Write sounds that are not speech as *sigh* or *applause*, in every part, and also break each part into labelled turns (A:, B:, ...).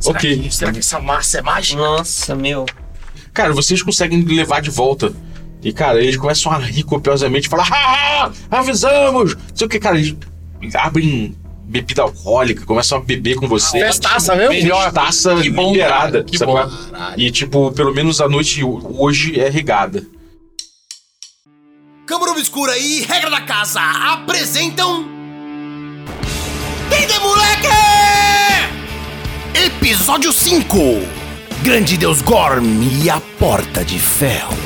A: Será
B: Ok.
A: que- será que essa massa é mágica?
C: Nossa, meu.
B: Cara, vocês conseguem levar de volta. E, cara, eles começam a rir copiosamente e falar: "Ah, ah, avisamos! Não sei o que, cara. Eles abrem bebida alcoólica, começam a beber com você.
A: Festaça mesmo?
B: Melhor taça
A: Que bom,
B: liberada.
A: cara, que
B: sabe
A: bom.
B: qual é? E, tipo, pelo menos a noite hoje é regada.
D: Câmara Obscura e Regra da Casa apresentam. Quem de moleque? Episódio 5: Grande Deus Gorm e a Porta de Ferro.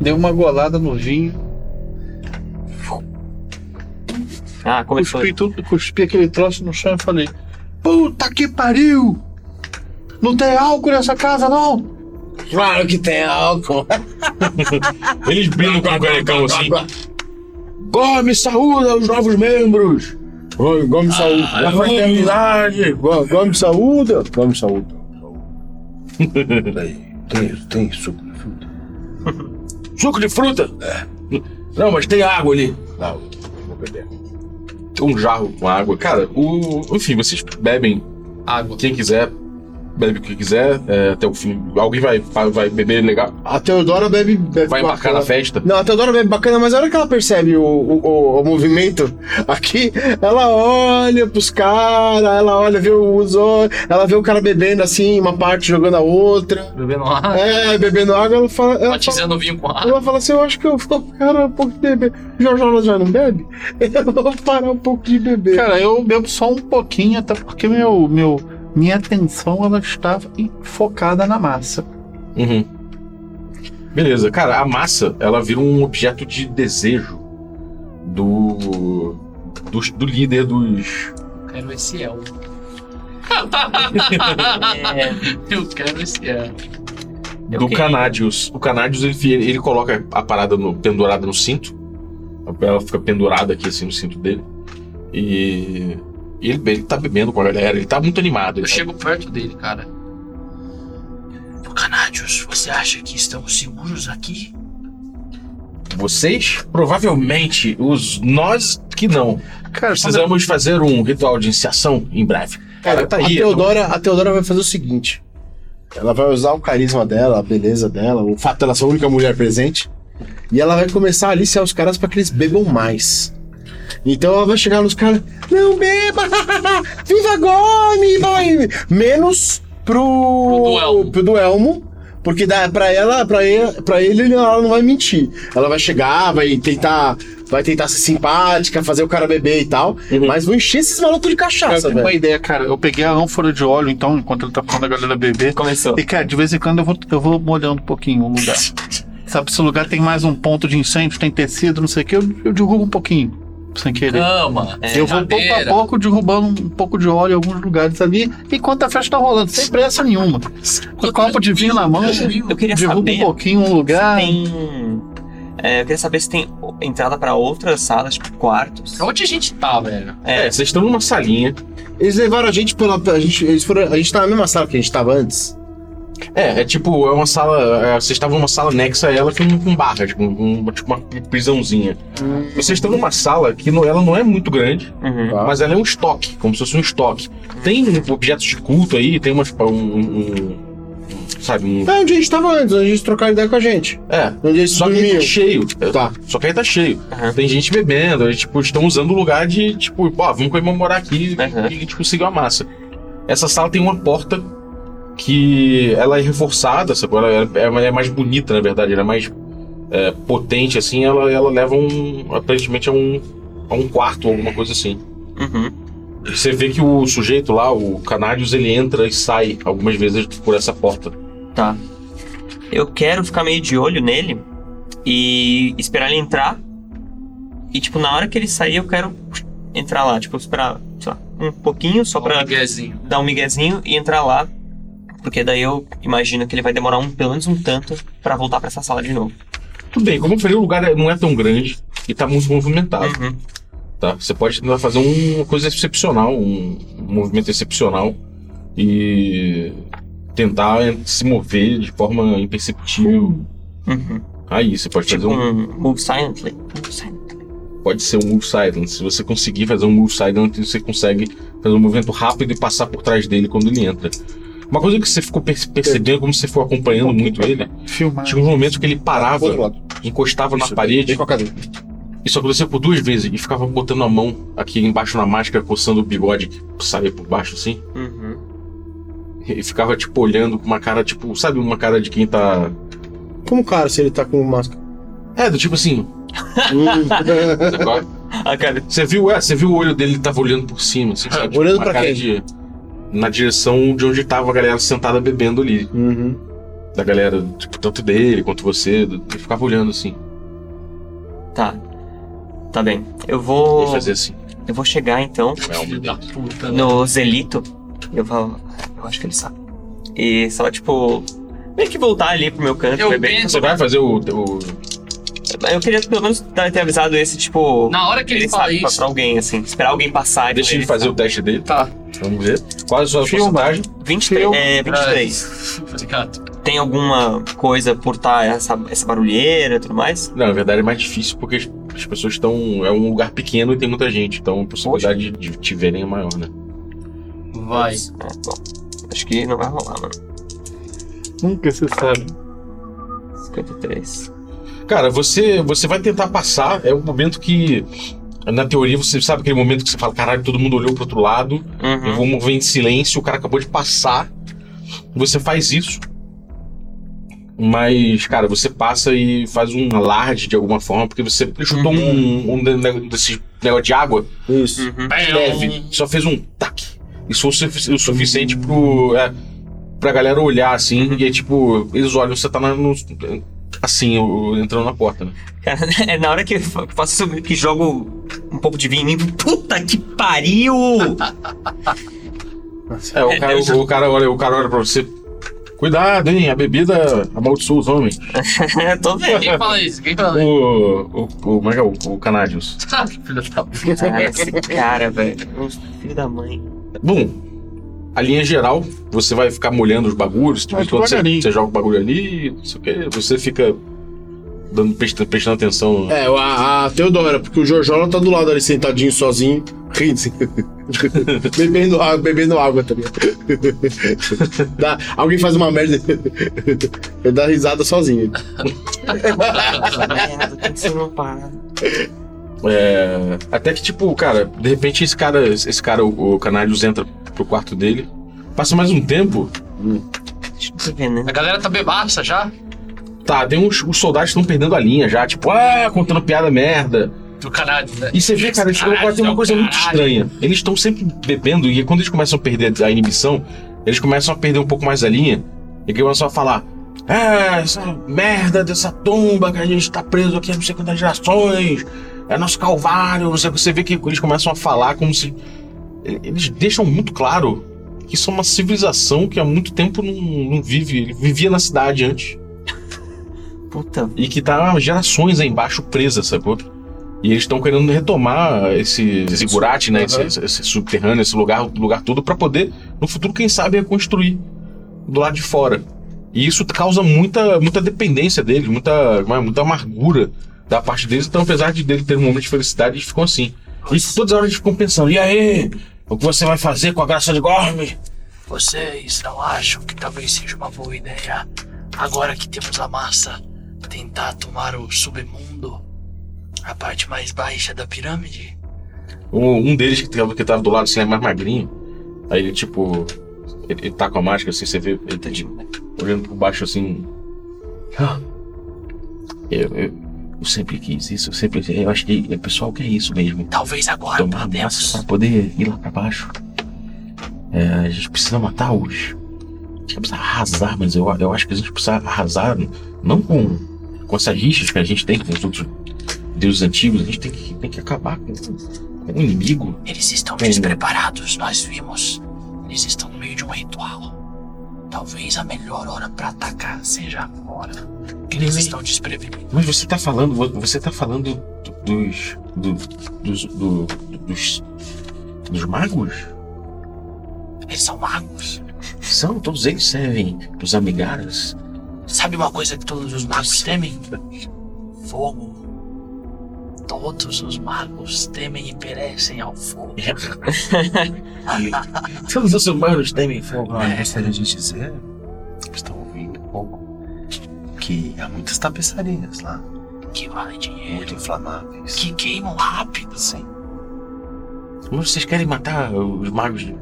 E: Deu uma golada no vinho,
C: Ah, começou.
E: cuspi, tudo, cuspi aquele troço no chão e falei: Puta que pariu! Não tem álcool nessa casa, não!
A: Claro que tem álcool.
B: Eles brindam com o canecão assim. Gomes, saúda os novos membros!
F: Oi, Gomes Saúde.
A: Ah, Gomes.
F: fraternidade. Go- Gomes Saúde.
B: *laughs*
F: Gomes Saúde. tem, tem suco de fruta?
B: Suco de fruta? É. Não, mas tem água ali.
F: Não, vou beber.
B: Tem um jarro com água. Cara, o. Enfim, vocês bebem
A: Água.
B: quem quiser bebe o que quiser, é, até o fim. Alguém vai, vai- vai beber legal,
F: A Teodora bebe... bebe
B: vai embarcar
F: bacana.
B: na festa.
F: Não, a Teodora bebe bacana, mas a hora que ela percebe o, o- o- o movimento aqui, ela olha pros caras, ela olha, vê os olhos, ela vê o cara bebendo assim, uma parte jogando a outra.
A: Bebendo água.
F: É, bebendo água, ela fala... Ela fala
A: Batizando vinho com água.
F: Ela fala assim, eu acho que eu vou parar um pouco de beber. Jorge Jonas já não bebe? *laughs* Eu vou parar um pouco de beber.
E: Cara, eu bebo só um pouquinho, até porque meu, meu, minha atenção ela estava em- focada na massa.
B: Uhum. Beleza, cara, a massa, ela vira um objeto de desejo do. do, do líder dos.
A: Quero esse El.
C: É,
A: Eu quero esse El. É
B: do
C: queria.
B: Canadius. O Canadius ele, ele coloca a parada no- pendurada no cinto. Ela fica pendurada aqui assim no cinto dele. E. e Ele, ele tá bebendo com a galera, ele tá muito animado.
A: Eu
B: Ele tá
A: chego perto dele, cara. Ô, Canadius, você acha que estamos seguros aqui?
B: Vocês? Provavelmente. Os nós que não.
E: Cara, sabe-
B: Precisamos fazer um ritual de iniciação em breve. Cara, tá
F: a,
B: aí.
F: Teodora, a Teodora vai fazer o seguinte. Ela vai usar o carisma dela, a beleza dela, o fato dela ser a única mulher presente. E ela vai começar a aliciar os caras pra que eles bebam mais. Então ela vai chegar nos caras, não beba! *laughs* Viva Gomes! vai!" Menos pro.
A: Pro Duelmo.
F: pro Duelmo, Porque dá, pra ela, pra ele, pra ele, ela não vai mentir. Ela vai chegar, vai tentar. Vai tentar ser simpática, fazer o cara beber e tal.
B: Uhum. É
F: Mas vou encher esses malucos de
E: Cara, eu
F: cachaça,
E: tenho
F: velho.
E: uma ideia, cara. Eu peguei a ânfora de óleo, então, enquanto ele tá falando a galera beber.
C: começou.
E: E, cara, de vez em quando eu vou, eu vou molhando um pouquinho o *laughs* lugar. Sabe, se o lugar tem mais um ponto de incêndio, tem tecido, não sei o que, eu, eu derrubo um pouquinho, sem querer.
A: Cama.
C: É,
E: eu vou pouco a
A: cadeira.
E: pouco derrubando um pouco de óleo em alguns lugares ali, enquanto a festa tá rolando, sem pressa nenhuma. Com o copo de vinho na mão,
C: Eu queria
E: derrubo um
C: saber
E: pouquinho um
C: se
E: lugar.
C: tem. é, eu queria saber se tem o- entrada pra outras salas, tipo quartos.
A: Onde a gente tá, velho?
B: É, vocês estão numa salinha.
F: Eles levaram a gente pela. A gente, eles foram, a gente tá na mesma sala que a gente tava antes.
B: É, é tipo, é uma sala. é, vocês estavam numa sala anexa a ela com, com barra, tipo, um- tipo uma prisãozinha. Vocês estão numa sala que não, ela não é muito grande,
C: Uhum.
B: mas ela é um estoque, como se fosse um estoque. Tem um objetos de culto aí, tem umas. Um, um- um- sabe, um.
F: É onde a gente tava antes, onde eles trocaram ideia com a gente.
B: É.
F: Onde eles
B: Só que aí
F: dormiam.
B: tá cheio. É,
F: Tá.
B: Só que aí tá cheio.
C: Aham.
B: Tem gente bebendo, aí, tipo, estão usando o lugar de, tipo, ó, vamos comemorar aqui
C: Aham.
B: e a gente conseguiu a massa. Essa sala tem uma porta que ela é reforçada, sabe? Ela é, ela é mais bonita, na verdade, ela é mais é, potente, assim, ela, ela leva um. aparentemente a um, a um quarto, alguma coisa assim.
C: Uhum.
B: Você vê que o sujeito lá, o Canários, ele entra e sai algumas vezes por essa porta.
C: Tá. Eu quero ficar meio de olho nele e esperar ele entrar. E, tipo, na hora que ele sair, eu quero entrar lá. Tipo, esperar, sei lá, um pouquinho só pra.
A: Um miguezinho.
C: dar um miguezinho e entrar lá, porque daí eu imagino que ele vai demorar um, pelo menos um tanto pra voltar pra essa sala de novo.
B: Tudo bem, como eu falei, o lugar não é tão grande e tá muito movimentado.
C: Uhum.
B: tá? Você pode tentar fazer uma coisa um, excepcional, um movimento excepcional e tentar se mover de forma
F: Hum.
B: imperceptível.
C: Uhum.
B: Aí você pode fazer
C: Tipo,
B: um.
C: um move silently. Move silently.
B: Pode ser um move silent. Se você conseguir fazer um move silent, você consegue fazer um movimento rápido e passar por trás dele quando ele entra. Uma coisa que você ficou perce- percebendo, como você ficou acompanhando muito ele,
E: Filmar.
B: tinha uns momentos que ele
F: Pro outro
B: parava,
F: lado.
B: encostava
F: Isso,
B: na parede
F: Vem com a cadeira.
B: Isso aconteceu por duas vezes e ficava botando a mão aqui embaixo na máscara, coçando o bigode que saía por baixo assim.
C: Uhum.
B: E ficava tipo olhando com uma cara, tipo, sabe, uma cara de quem tá.
F: Como cara se ele tá com máscara?
B: É, do tipo
F: *laughs*
B: assim.
F: Hum.
C: Ah, cara,
B: Você viu, é, você viu o olho dele, ele tava olhando por cima, assim, sabe? Tipo,
F: olhando
B: uma
F: pra
B: cara
F: quem?
B: de- Na direção de onde tava a galera sentada bebendo ali.
F: Uhum.
B: Da galera, tipo, tanto dele quanto você. do- Ele ficava olhando assim.
C: tá. Tá bem. Eu
B: Ele
C: vou.
B: fazia assim.
C: Eu vou chegar então
B: É, um
A: Filho da
B: dedo.
A: puta. né?
C: no Zelito. Eu vou. Eu acho que ele sabe. E só, tipo. Meio que voltar ali pro meu canto,
A: Eu
C: beber.
B: Você vai fazer o. o-
C: Eu queria pelo menos dar- ter avisado esse, tipo.
A: Na hora que ele,
C: ele
A: fala
C: sabe pra,
A: isso.
C: pra alguém, assim. Esperar alguém passar e
B: Deixa ele fazer o teste dele.
A: Tá.
B: Vamos ver. Qual é a sua
E: Filma.
B: porcentagem?
C: 23, é, 23.
A: Ah, Obrigado.
C: Tem alguma coisa por tá essa, essa barulheira e tudo mais?
B: Não, na verdade é mais difícil porque as- as pessoas estão. É um lugar pequeno e tem muita gente, então a possibilidade de, de te verem é maior, né?
A: Vai.
C: É, bom, acho que não vai rolar, né? mano.
E: Nunca se sabe.
C: 53.
B: Cara, você, você vai tentar passar, é um momento que. Na teoria, você sabe aquele momento que você fala, caralho, todo mundo olhou pro outro lado, eu
C: Uhum.
B: vou mover em silêncio, o cara acabou de passar. Você faz isso. Mas, cara, você passa e faz um alarde de alguma forma, porque você chutou um, um de- desses negócio de água
F: Isso.
C: Uhum.
B: leve, só fez um tac. Isso foi o sufici- o suficiente pro, é, pra galera olhar assim, e aí, tipo, eles olham, você tá na- no- assim, o- o- entrando na porta, né?
C: Cara, *laughs* é na hora que eu fa- faço isso, eu meio que jogo um pouco de vinho em mim. Puta que pariu! *laughs*
B: É, o cara, o, o cara olha, o cara olha pra você. Cuidado, hein? A bebida amaldiçoa os homens.
C: Tô vendo.
A: Quem fala isso? Quem fala isso?
B: O. O. o como é que é? O, o Canadius.
A: Ah, *laughs* Filho da puta.
C: Ah, esse cara, velho. Filho da mãe.
B: Bom, a linha geral, você vai ficar molhando os bagulhos, de vez em
E: Mas
B: quando você,
E: devagarinho.
B: você joga o bagulho ali, não sei o quê, você fica dando, prestando, prestando atenção.
F: É, a, a Teodora, porque o Jorjola tá do lado ali sentadinho sozinho, *laughs* rindo. assim. bebendo água, bebendo água tá *laughs* ligado? Dá- alguém faz uma merda. Ele dá risada sozinho.
C: Merda, Tá tem que ser uma parada.
B: É, até que, tipo, cara, de repente esse cara, esse cara, o, o Canadius entra pro quarto dele. Passa mais um tempo.
C: Tô vendo,
A: A
C: né?
A: galera tá bebaça já?
B: Tá, tem uns. Os soldados estão perdendo a linha já, tipo, ah, contando piada merda.
A: Do Canádio, né?
B: E você vê, cara, eles estão
A: Caralho, então,
B: tem uma coisa muito
A: caralho.
B: estranha. Eles estão sempre bebendo, e quando eles começam a perder a inibição, eles começam a perder um pouco mais a linha. E que começam a falar. Ah, essa merda dessa tumba que a gente tá preso aqui há não sei quantas gerações. É nosso calvário, não sei o que. Você vê que eles começam a falar como se. Eles deixam muito claro que isso é uma civilização que há muito tempo não, não vive. Ele vivia na cidade antes
C: Puta.
B: e que tá gerações aí embaixo presa, sacou? E eles estão querendo retomar esse zigurate, né? Esse,
F: Aham.
B: esse- esse subterrâneo, esse lugar, lugar todo, pra poder, no futuro, quem sabe, reconstruir do lado de fora. E isso causa muita, muita dependência deles, muita, como é, muita amargura da parte deles. Então, apesar de dele ter um momento de felicidade, eles ficam assim. E todas as horas eles ficam pensando: e aí? O que você vai fazer com a graça de Gorme?
A: Vocês não acham que talvez seja uma boa ideia, agora que temos a massa, tentar tomar o submundo, a parte mais baixa da pirâmide?
B: Um, um deles que tava, que tava do lado assim é mais magrinho. Aí ele tipo. Ele, ele tá com a máscara assim, você vê. Ele tá tipo, olhando por baixo assim. "Ah, Eu, eu, eu sempre quis isso, eu sempre. Eu acho que o pessoal quer isso mesmo.
A: Talvez agora
B: Tomar massa
A: podemos.
B: pra poder ir lá pra baixo. É, a gente precisa matar os. A gente precisa arrasar, mas eu, eu acho que a gente precisa arrasar não com, com essas rixas que a gente tem com os outros deuses antigos, a gente tem que, tem que acabar com, com o inimigo.
A: Eles estão
B: Bem,
A: despreparados, nós vimos. Eles estão no meio de um ritual. Talvez a melhor hora pra atacar seja agora. que Eles estão desprevenidos.
B: Mas você tá falando, vo- você tá falando do- dos, do- dos, do- dos, dos magos?
A: Eles são magos.
B: São, todos eles servem os amigaras.
A: Sabe uma coisa que todos os magos temem? Fogo. Todos os magos temem e perecem ao fogo.
B: Todos os humanos temem fogo.
G: Olha, gostaria de dizer, estão ouvindo um pouco, que há muitas tapeçarias lá,
A: Que vale dinheiro.
G: muito inflamáveis.
A: Que queimam rápido.
G: Sim.
B: Mas assim. vocês querem matar os magos de,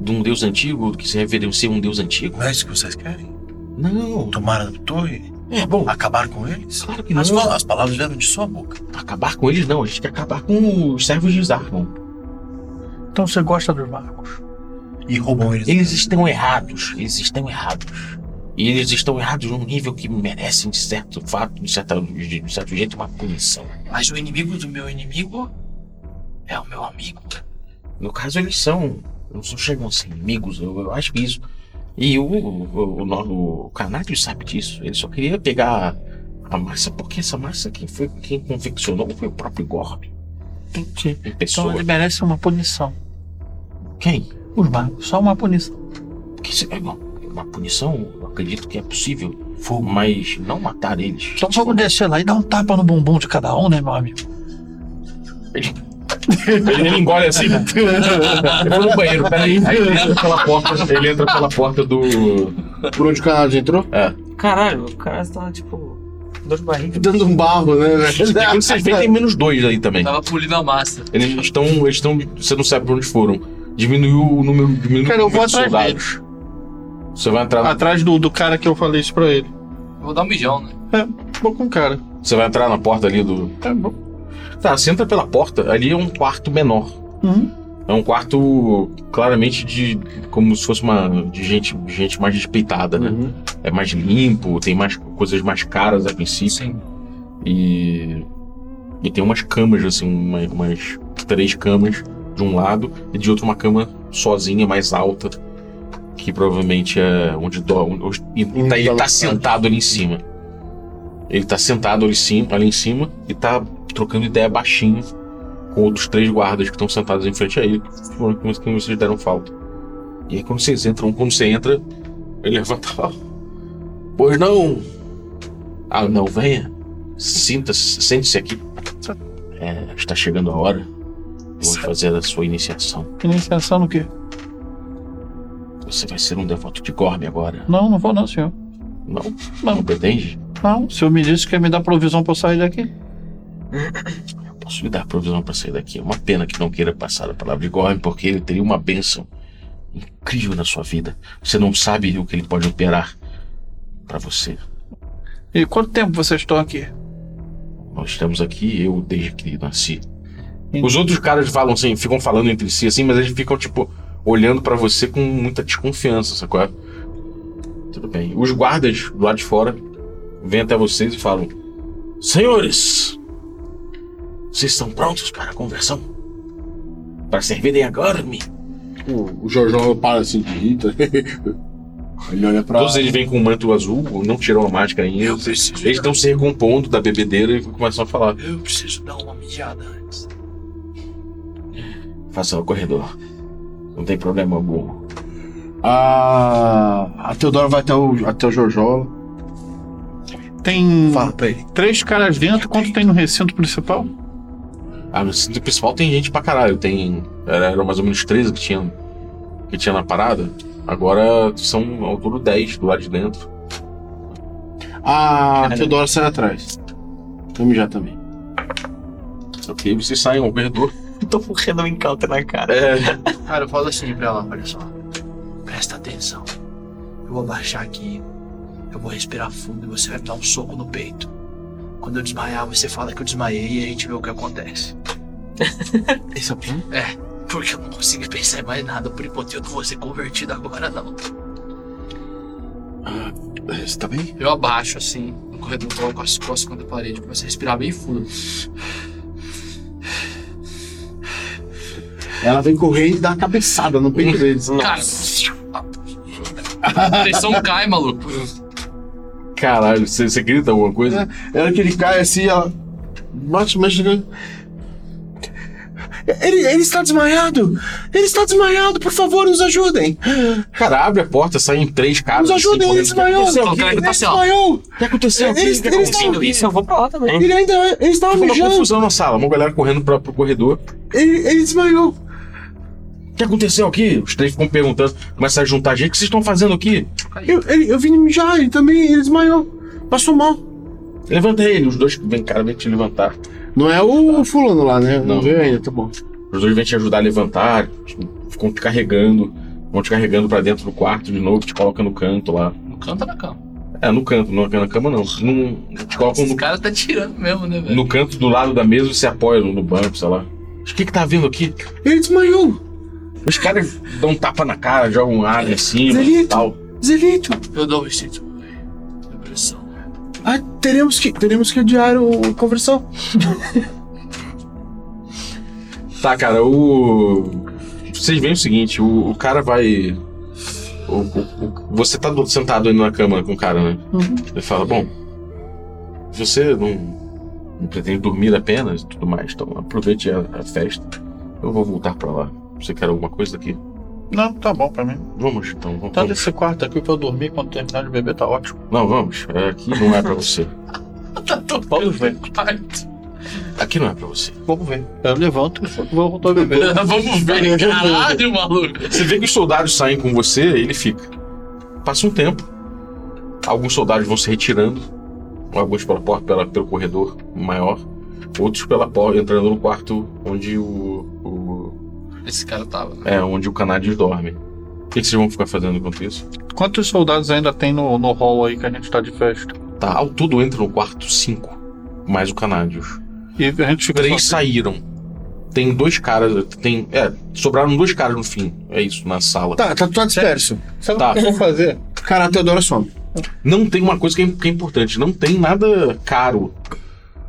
B: de um deus antigo, que se reverencia a um deus antigo?
G: Não é isso que vocês querem?
B: Não.
G: Tomar a torre?
B: É bom,
H: Ah,
G: Acabar com eles?
B: claro que não.
G: As, fa- as palavras vieram de sua boca.
B: Acabar com eles não, a gente quer acabar com os servos de Zargon.
E: Então você gosta dos magos?
G: E roubam eles.
B: Eles estão errados, eles estão errados. E eles estão errados num nível que merecem, de certo fato, de, certa, de, de certo jeito, uma punição.
A: Mas o inimigo do meu inimigo é o meu amigo.
B: No caso, eles são. Não são- chegam a ser inimigos, eu, eu acho que isso. E o, o, o, no- o Canário sabe disso. Ele só queria pegar a massa, porque essa massa quem, foi, quem confeccionou foi o próprio Gorb.
E: Entendi.
B: Em
E: Então
B: pessoa.
E: ele merece uma punição.
B: Quem?
E: Os magos, só uma punição.
B: Porque se- é uma, uma punição, eu acredito que é possível,
G: Fogo.
B: mas não matar eles.
E: Então vamos descer lá e dar um tapa no bumbum de cada um, né, meu amigo?
B: Ele, ele engole *laughs* assim. né? Eu vou no banheiro, peraí. Aí ele entra pela porta, ele entra pela porta do.
F: Por onde o canal entrou?
C: Caralho, o cara tá tipo. Dor de barriga.
F: Dando um barro, né? *laughs*
B: Quando vocês veem, tem menos dois aí também.
H: Tava polindo a massa.
B: Eles estão. Eles estão. Você não sabe pra onde foram. Diminuiu o número. Diminuiu
E: Cara,
B: o
E: eu vou
B: número
E: atrás deles.
B: Você vai entrar na,
E: Atrás do, do cara que eu falei isso pra ele.
H: Eu Vou dar um mijão, né?
E: Vou com o cara.
B: você vai entrar na porta ali do. Tá bom. Tá, você entra pela porta, ali é um quarto menor.
E: Uhum.
B: É um quarto claramente de. como se fosse uma. de gente, gente mais respeitada,
E: Uhum.
B: né? É mais limpo, tem mais coisas mais caras a princípio.
H: Sim.
B: E. E tem umas camas, assim, uma- umas três camas de um lado e de outro uma cama sozinha, mais alta, que provavelmente é onde, do, onde e
F: Onde
B: tá- ele
F: tá
B: tá
F: lotado.
B: sentado ali em cima. Ele tá sentado ali, em cima- ali em cima e tá trocando ideia baixinho com outros três guardas que estão sentados em frente a ele, que foram que que vocês deram falta. E aí quando vocês entram, quando você entra, ele levanta lá. Pois não! Ah, não, venha. Sinta-se, sente-se aqui. É, está chegando a hora. Vamos fazer a sua iniciação.
E: Iniciação no quê?
B: Você vai ser um devoto de Gorme agora.
E: Não, não vou não, senhor.
B: Não?
E: Não.
B: Não pretende?
E: Não, o senhor me disse que ia me dar provisão pra eu sair daqui.
B: Eu posso lhe dar provisão para sair daqui. É uma pena que não queira passar a palavra de Gorme, porque ele teria uma bênção incrível na sua vida. Você não sabe o que ele pode operar para você.
E: E quanto tempo vocês estão aqui?
B: Nós estamos aqui, eu desde que nasci. Os outros caras falam assim, ficam falando entre si assim, mas eles ficam, tipo, olhando pra você com muita desconfiança, sacou? é? Tudo bem. Os guardas do lado de fora vêm até vocês e falam: Senhores, vocês estão prontos para a conversão? Para servirem agora, me?
F: O, o Jorjão para assim de rir. tá? *laughs* Ele olha pra.
B: Todos eles vêm com um manto azul, não tiram a máscara ainda.
A: Eu preciso.
B: Eles estão se recompondo da bebedeira e começam a falar:
A: Eu preciso dar uma mijada antes.
B: Faça o corredor. Não tem problema algum.
F: Ah, A, a Teodora vai até o, até o Jorjola.
E: Tem
F: Fala pra ele.
E: três caras dentro, quanto tem no recinto principal?
B: Ah, no centro principal tem gente pra caralho. Tem. Era, eram mais ou menos 13 que tinha, que tinha na parada. Agora são ao todo 10 do lado de dentro.
F: Ah, A Teodora sai atrás. Vou mijar também.
B: Ok, vocês saem ao corredor.
C: *laughs* Tô morrendo um encalter na cara.
B: É,
A: Cara, eu falo assim pra ela, olha só. Presta atenção. Eu vou abaixar aqui. Eu vou respirar fundo e você vai me dar um soco no peito. Quando eu desmaiar, você fala que eu desmaiei e a gente vê o que acontece.
G: Esse é o plano?
A: Porque eu não consigo pensar em mais nada. Por enquanto eu não vou ser convertido agora, não.
G: Você tá bem?
H: Eu abaixo assim, no corredor, coloco as costas contra a parede, começo a respirar bem fundo.
F: Ela vem correndo e dá uma cabeçada no peito deles.
H: Cara, a pressão cai, maluco.
B: caralho, você, você grita alguma
F: É,
B: coisa?
F: Ela que ele cai assim, ela. Bate, mexe. né? Ele, ele está desmaiado! Ele está desmaiado! Por favor, nos ajudem!
B: Cara, abre a porta, saem três caras. assim
F: Nos ajudem! Ele
B: correndo.
F: desmaiou!
B: O que aconteceu?
F: Ele
B: O que
H: Ele tá assim, ó.
F: desmaiou!
B: O que aconteceu? O tá que-
F: Eles-
B: o que
F: eles
B: aconteceu?
C: Ouvindo Uhum. isso, eu vou pra lá também.
F: Ele ainda. Ele estava
B: Ficou uma
F: mijando!
B: confusão na sala, uma galera correndo pra, pro corredor.
F: Ele, ele desmaiou!
B: O que aconteceu aqui? Os três ficam perguntando, começam a juntar gente. O que vocês estão fazendo aqui?
F: Eu, ele, eu vim mijar, ele também. Ele desmaiou! Passou mal!
B: Levanta ele, os dois vêm, cara, vem te levantar.
F: Não é o fulano lá, né? Não,
B: Não.
F: veio ainda, tá bom.
B: Os dois vêm te ajudar a levantar, te- ficam te carregando, vão te carregando pra dentro do quarto de novo, te colocam no canto lá.
H: No canto na cama.
B: É, no canto, não é na cama não. Num- te colocam
H: Esse
B: no,
H: cara tá tirando mesmo, né, velho?
B: no canto do lado da mesa e se apoiam no banco, sei lá. Mas O que que tá vindo aqui?
F: Ele desmaiou!
B: Os caras dão um tapa na cara, jogam água em cima e
F: Zelito.
B: tal.
F: Zelito!
H: Eu dou um instinto. Depressão.
F: Ah, teremos que, teremos que adiar o, a conversão.
B: Tá, cara, o. Vocês veem o seguinte, o, o cara vai. o- o- o- você tá do- sentado aí na cama com o cara, né? Ele fala, bom, você não, não pretende dormir apenas e tudo mais, então aproveite a, a festa. Eu vou voltar pra lá. Você quer alguma coisa aqui?
E: Não, tá bom pra mim.
B: Vamos, então, vamos.
E: Tá nesse quarto aqui pra eu dormir quando terminar de beber, tá ótimo.
B: Não, vamos. É, Aqui não é pra você.
E: Vamos ver.
H: um
B: Aqui não é pra você.
E: Vamos ver. Eu levanto e vou voltar a *laughs* beber.
H: Vamos ver, caralho, maluco.
B: Você vê que os soldados saem com você, ele fica. Passa um tempo. Alguns soldados vão se retirando. Alguns pela porta, pela- pelo corredor maior. Outros pela porta, entrando no quarto onde o, o-
H: Esse cara tava. né?
B: é, onde o Canadius dorme. O que, que vocês vão ficar fazendo enquanto isso?
E: Quantos soldados ainda tem no, no hall aí que a gente tá de festa?
B: Tá, ao todo entra no quarto cinco. Mais o Canadius.
E: E a gente fica
B: Três
E: sozinho.
B: saíram. Tem dois caras. Tem. É, sobraram dois caras no fim. É isso, na sala.
F: Tá, tá, tá disperso.
E: Sabe
B: Tá.
E: o que eu vou fazer?
F: Cara, a Teodora some.
B: Não tem uma coisa que é, que é importante, não tem nada caro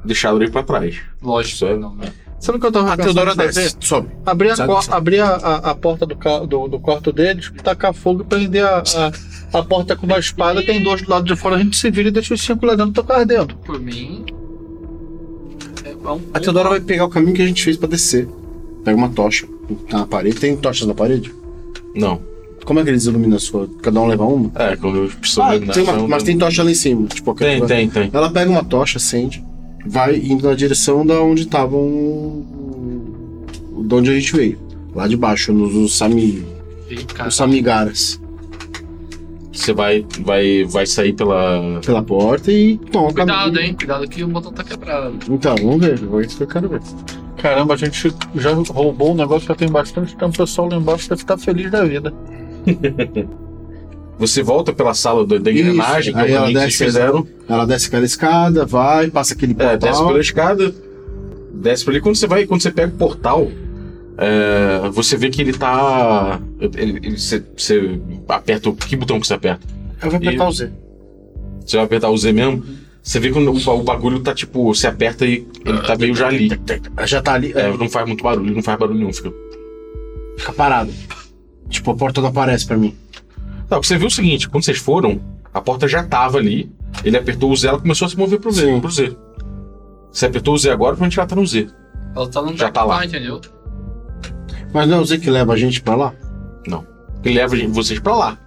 B: deixado ali pra trás.
H: Lógico,
B: Isso é-
H: não, né?
E: Sabe o que eu tava
F: A Teodora desce. Some.
E: Abrir, a,
F: Sabe
E: cor-
F: que-
E: abrir a, a- a porta do, ca- do, do quarto deles, tacar fogo e prender a, a, a porta com uma espada. Tem dois do lado de fora, a gente se vira e deixa os cinco lá dentro tocar dentro.
H: Por mim. É é um.
F: A Teodora vai pegar o caminho que a gente fez pra descer. Pega uma tocha. Tá na parede. Tem tochas na parede?
B: Não.
F: Como é que eles iluminam a sua? Cada um leva uma?
B: É, quando eu preciso
F: Ah,
B: iluminar,
F: tem uma-
B: não-
F: mas tem tocha lá em cima. Tipo, aquela-
B: Tem, tem, tem.
F: Ela pega uma tocha, acende, vai indo na direção da onde estavam. De onde a gente veio. Lá de baixo, nos, nos, Sami,
H: Ih, cara.
F: nos Samigaras.
B: Você vai, vai, vai sair pela.
F: Pela porta e toma o
H: Cuidado,
F: caminho.
H: hein? Cuidado que o botão tá quebrado.
F: Então, vamos ver. É isso que eu quero ver.
E: Caramba, a gente já roubou um negócio já tem bastante tempo. O pessoal lá embaixo deve estar feliz da vida.
B: Você volta pela sala da, da
F: Isso,
B: engrenagem, que é o
F: aí ela
B: caminho que vocês
F: desce-
B: fizeram.
F: Ela desce aquela escada, vai, passa aquele
B: É,
F: portal.
B: desce pela escada, desce por ali. Quando você vai, quando você pega o portal, é, você vê que ele tá. Ele, ele- você, você aperta. o- Que botão que você aperta?
F: Eu vou apertar o Z.
B: Você vai apertar o Z mesmo? Você vê quando o, o bagulho tá tipo, você aperta e ele tá meio já ali.
F: Já tá ali,
B: É,
F: é,
B: não faz muito barulho, não faz barulho nenhum. Fica...
F: fica parado. Tipo, a porta não aparece pra mim.
B: Não, você viu o seguinte, quando vocês foram, a porta já tava ali, ele apertou o Z, ela começou a se mover pro Z.
F: Sim.
B: Pro Z. Você apertou o Z agora, provavelmente ela tá no Z.
H: Ela tá no
B: Já tá lá.
H: entendeu?
F: Mas não é o Z que leva a gente pra lá?
B: Ele leva vocês pra lá.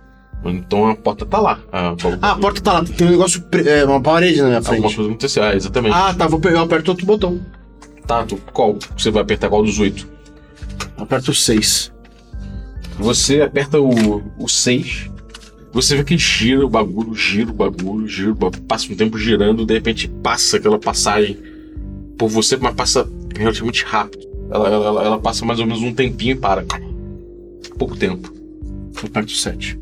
B: Então a porta tá lá. A,
F: Ah, a porta tá lá, tem um negócio, pre- é, uma parede na minha
B: Alguma
F: frente.
B: coisa aconteceu. Ah, exatamente.
F: Ah, tá, vou pegar, eu aperto outro botão.
B: Tá, tu- qual? Você vai apertar qual dos oito?
F: Aperto o 6.
B: Você aperta o, o 6, você vê que gira o bagulho, gira o bagulho, gira, o bagulho, passa um tempo girando, de repente passa aquela passagem por você, mas passa relativamente rápido. Ela, ela, ela- ela passa mais ou menos um tempinho e para. Pouco tempo.
F: Aperto o 7.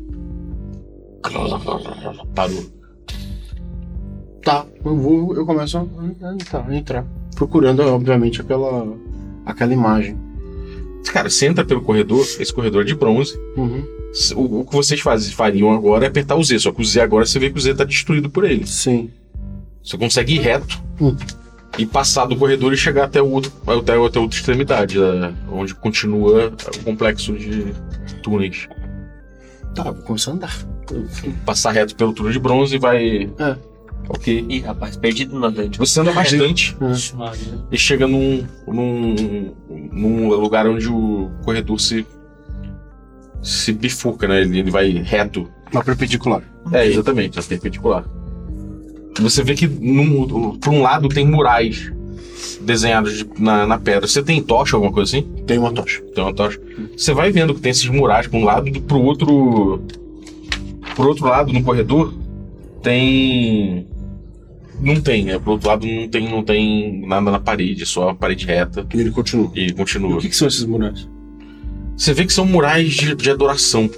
B: Parou.
F: Tá, eu vou, eu começo a a entrar, a entrar. Procurando, obviamente, aquela, aquela imagem.
B: Cara, você entra pelo corredor, esse corredor é de bronze.
F: Uhum.
B: O, o que vocês faz, fariam agora é apertar o Z, só que o Z agora você vê que o Z tá destruído por eles.
F: Sim.
B: Você consegue ir reto
F: Hum.
B: e passar do corredor e chegar até, o outro, até, até outra extremidade, né, onde continua o complexo de túneis.
F: Tá, vou começar a andar.
B: Passar reto pelo túnel de bronze e vai.
F: É.
B: Ok.
C: Ih, rapaz, perdido na dungeon.
B: Você anda
F: *laughs*
B: bastante
H: Vixe, Maria.
F: É.
B: e chega num, num, num lugar onde o corredor se, se bifurca, né? Ele, ele vai reto.
F: Uma perpendicular.
B: É, exatamente, é perpendicular. Você vê que num, por um lado tem murais desenhados de- na, na pedra. Você tem tocha, alguma coisa assim?
F: Tem uma tocha.
B: Tem uma tocha. Você vai vendo que tem esses murais pra um lado e pro outro. Pro outro lado, no corredor, tem. Não tem, né? Pro outro lado não tem, não tem nada na parede, só a parede reta
F: E ele continua.
B: e
F: E
B: continua.
F: o que, que são esses murais?
B: Você vê que são murais de, de adoração.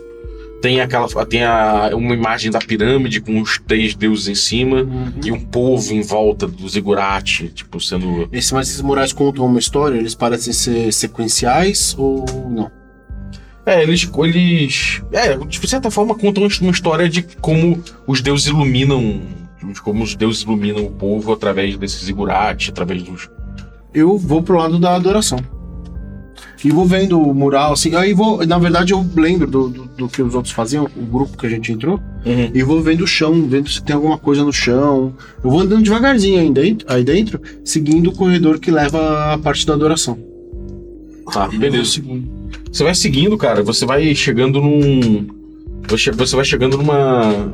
B: Tem aquela. Tem a, uma imagem da pirâmide com os três deuses em cima e um povo em volta do zigurate, tipo, sendo.
F: Esse, mas esses murais contam uma história? Eles parecem ser sequenciais ou não?
B: É, eles. eles é, de certa forma contam uma história de como os deuses iluminam. De como os deuses iluminam o povo através desse zigurate, através dos.
F: Eu vou pro lado da adoração. E vou vendo o mural, assim. Aí vou. Na verdade, eu lembro do, do, do que os outros faziam, o grupo que a gente entrou. E vou vendo o chão, vendo se tem alguma coisa no chão. Eu vou andando devagarzinho ainda aí- aí dentro, seguindo o corredor que leva a parte da adoração.
B: Tá, beleza. Você vai seguindo, cara, você vai chegando num. Você você vai chegando numa.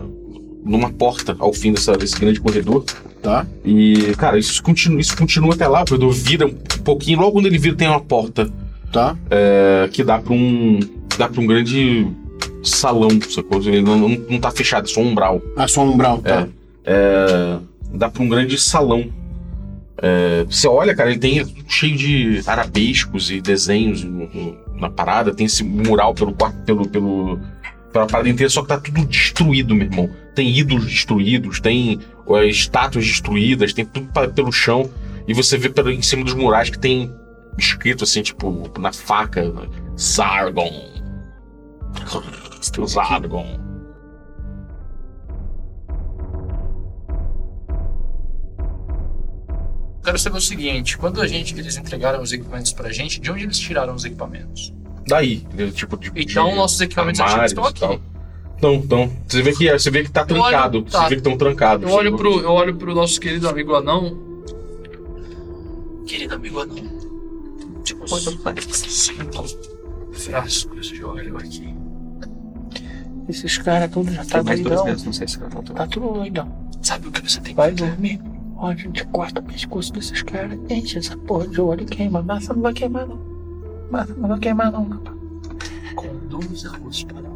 B: numa porta ao fim dessa, desse grande corredor.
F: Tá.
B: E, cara, isso continua, isso continua até lá, o corredor vira um pouquinho. Logo quando ele vira, tem uma porta
F: Tá?
B: é, que dá pra um. dá pra um grande salão, sacou? Ele não, não, não tá fechado, é só um umbral.
F: Ah, só um umbral, tá?
B: É, dá pra um grande salão. É, você olha, cara, ele tem cheio de arabescos e desenhos no- no- na parada, tem esse mural pelo quarto, pelo, pelo, pela parada inteira, só que tá tudo destruído, meu irmão. Tem ídolos destruídos, tem é, estátuas destruídas, tem tudo pa- pelo chão. E você vê pelo, em cima dos murais que tem escrito assim, tipo, na faca, né? Sargon. Sargon.
H: Quero saber o seguinte: quando a gente, eles entregaram os equipamentos pra gente, de onde eles tiraram os equipamentos?
B: Daí, né, tipo de.
H: Então,
B: de
H: nossos equipamentos antigos estão
B: armários e
H: aqui.
B: tal. Então, então, você vê que você vê que tá
H: Eu olho-
B: trancado,
H: tá.
B: você vê que estão trancados.
H: Eu olho, pro, eu olho pro nosso querido amigo anão.
A: Querido amigo anão,
H: Tipo,
C: Pô, então, pare-
H: cinco frascos de óleo aqui.
A: esses caras tudo já
E: tá
C: Tem mais duas vezes, não sei se vai voltar.
A: Tá tudo doidão. Sabe o que você tem que fazer, amigo? Ó, a gente corta o pescoço desses caras, enche essa porra de olho e queima. Massa não vai queimar, não. Massa não vai queimar,
E: né?
A: não, rapaz. Conduza-os para o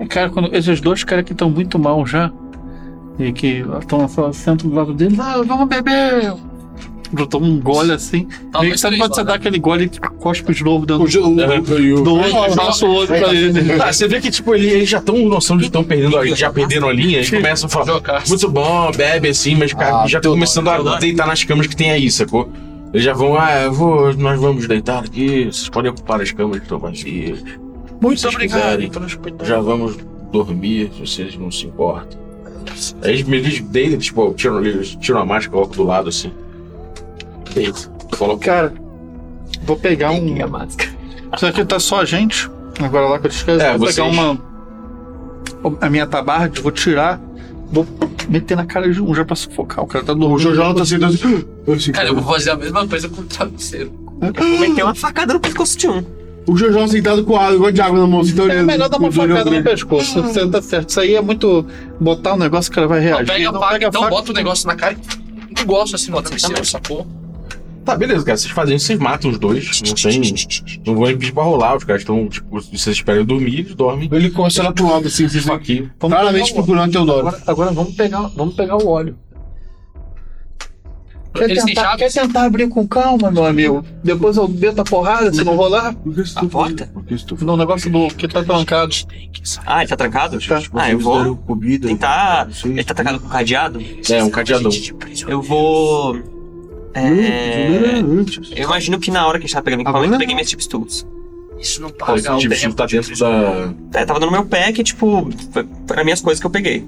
E: É, Cara, quando esses dois caras que estão muito mal já, e que estão só sentam do lado deles, ah, vamos beber! Eu tomo um gole assim. Meio que
H: Talvez
E: sabe
H: três
E: quando você
H: lá,
E: dá aquele gole e cospe de novo dando
F: O, jo- o, o,
E: do outro, passa o outro pra ele. né?
B: Tá, você vê que tipo ele- eles já estão noção de estão perdendo, a- já perderam a linha, eles começam a falar
H: Jogar.
B: muito bom, bebe assim, mas cara,
F: Ah,
B: já tá
F: Teodoro,
B: começando a deitar nas camas que tem aí, sacou? Eles já vão, ah, eu vou, nós vamos deitar aqui, vocês podem ocupar as camas que estão vazias.
A: Muito
B: vocês
A: obrigado
B: quiserem.
A: pelo hospital.
B: já vamos dormir, se vocês não se importam. Aí eles me eles deitam, tipo, tiram, eles tiram a máscara, colocam do lado assim. Deita. Coloca.
E: Cara, vou pegar um.
C: Ninguém é máscara.
E: Isso aqui tá só a gente. Agora lá que eu esqueço,
B: É,
E: vou
B: vocês.
E: pegar uma. A minha tabarde, vou tirar, vou meter na cara de um já pra sufocar. O cara tá dormindo.
F: o Jojo tá sentado assim. assim,
H: Cara, eu vou fazer a mesma coisa com o travesseiro.
C: Eu Vou meter uma facada no pescoço de um.
F: O Jojo sentado com água, igual de água na mão, assim, tá
E: É
F: olhando.
E: melhor dar uma
F: o Jojo
E: facada no
F: olhando pra
E: pescoço. Você tá certo. Isso aí é muito. Botar um negócio que ela vai reagir.
H: Pega a
E: Não,
H: faca,
E: pega a
H: então
E: faca.
H: bota o negócio na cara e não gosto assim no travesseiro, sacou?
B: Tá, beleza, cara. Vocês fazem isso, vocês matam os dois. Não tem. Não vão impedir pra rolar. Os caras estão, tipo, vocês esperam dormir, eles dormem.
F: ele. Ele começa a pro lado, assim, assim,
B: Isso aqui.
E: Vamos
F: claramente
E: pegar o-
F: procurando Teodoro.
E: Agora, agora vamos, pegar, vamos pegar o óleo. Quer
H: Eles têm
E: tentar,
H: chave?
E: quer tentar abrir com calma, meu amigo? Depois eu meto a porrada, se não rolar.
F: tá
C: A porta?
E: No negócio do que tá trancado.
C: Ah, ele tá trancado?
F: Tá.
C: Ah, eu vou
F: Comida,
C: tentar.
F: Sim.
C: Ele tá trancado com cadeado?
B: É, um cadeadão.
C: Eu vou. É.
F: antes.
C: Eu imagino que na hora que a gente tava pegando equipamento, eu peguei minhas chips tools.
H: Isso não tá
B: Tá,
H: legal.
B: tipo, isso tá dentro da.
C: É, tava no meu pack, tipo, foi- foram as minhas coisas que eu peguei.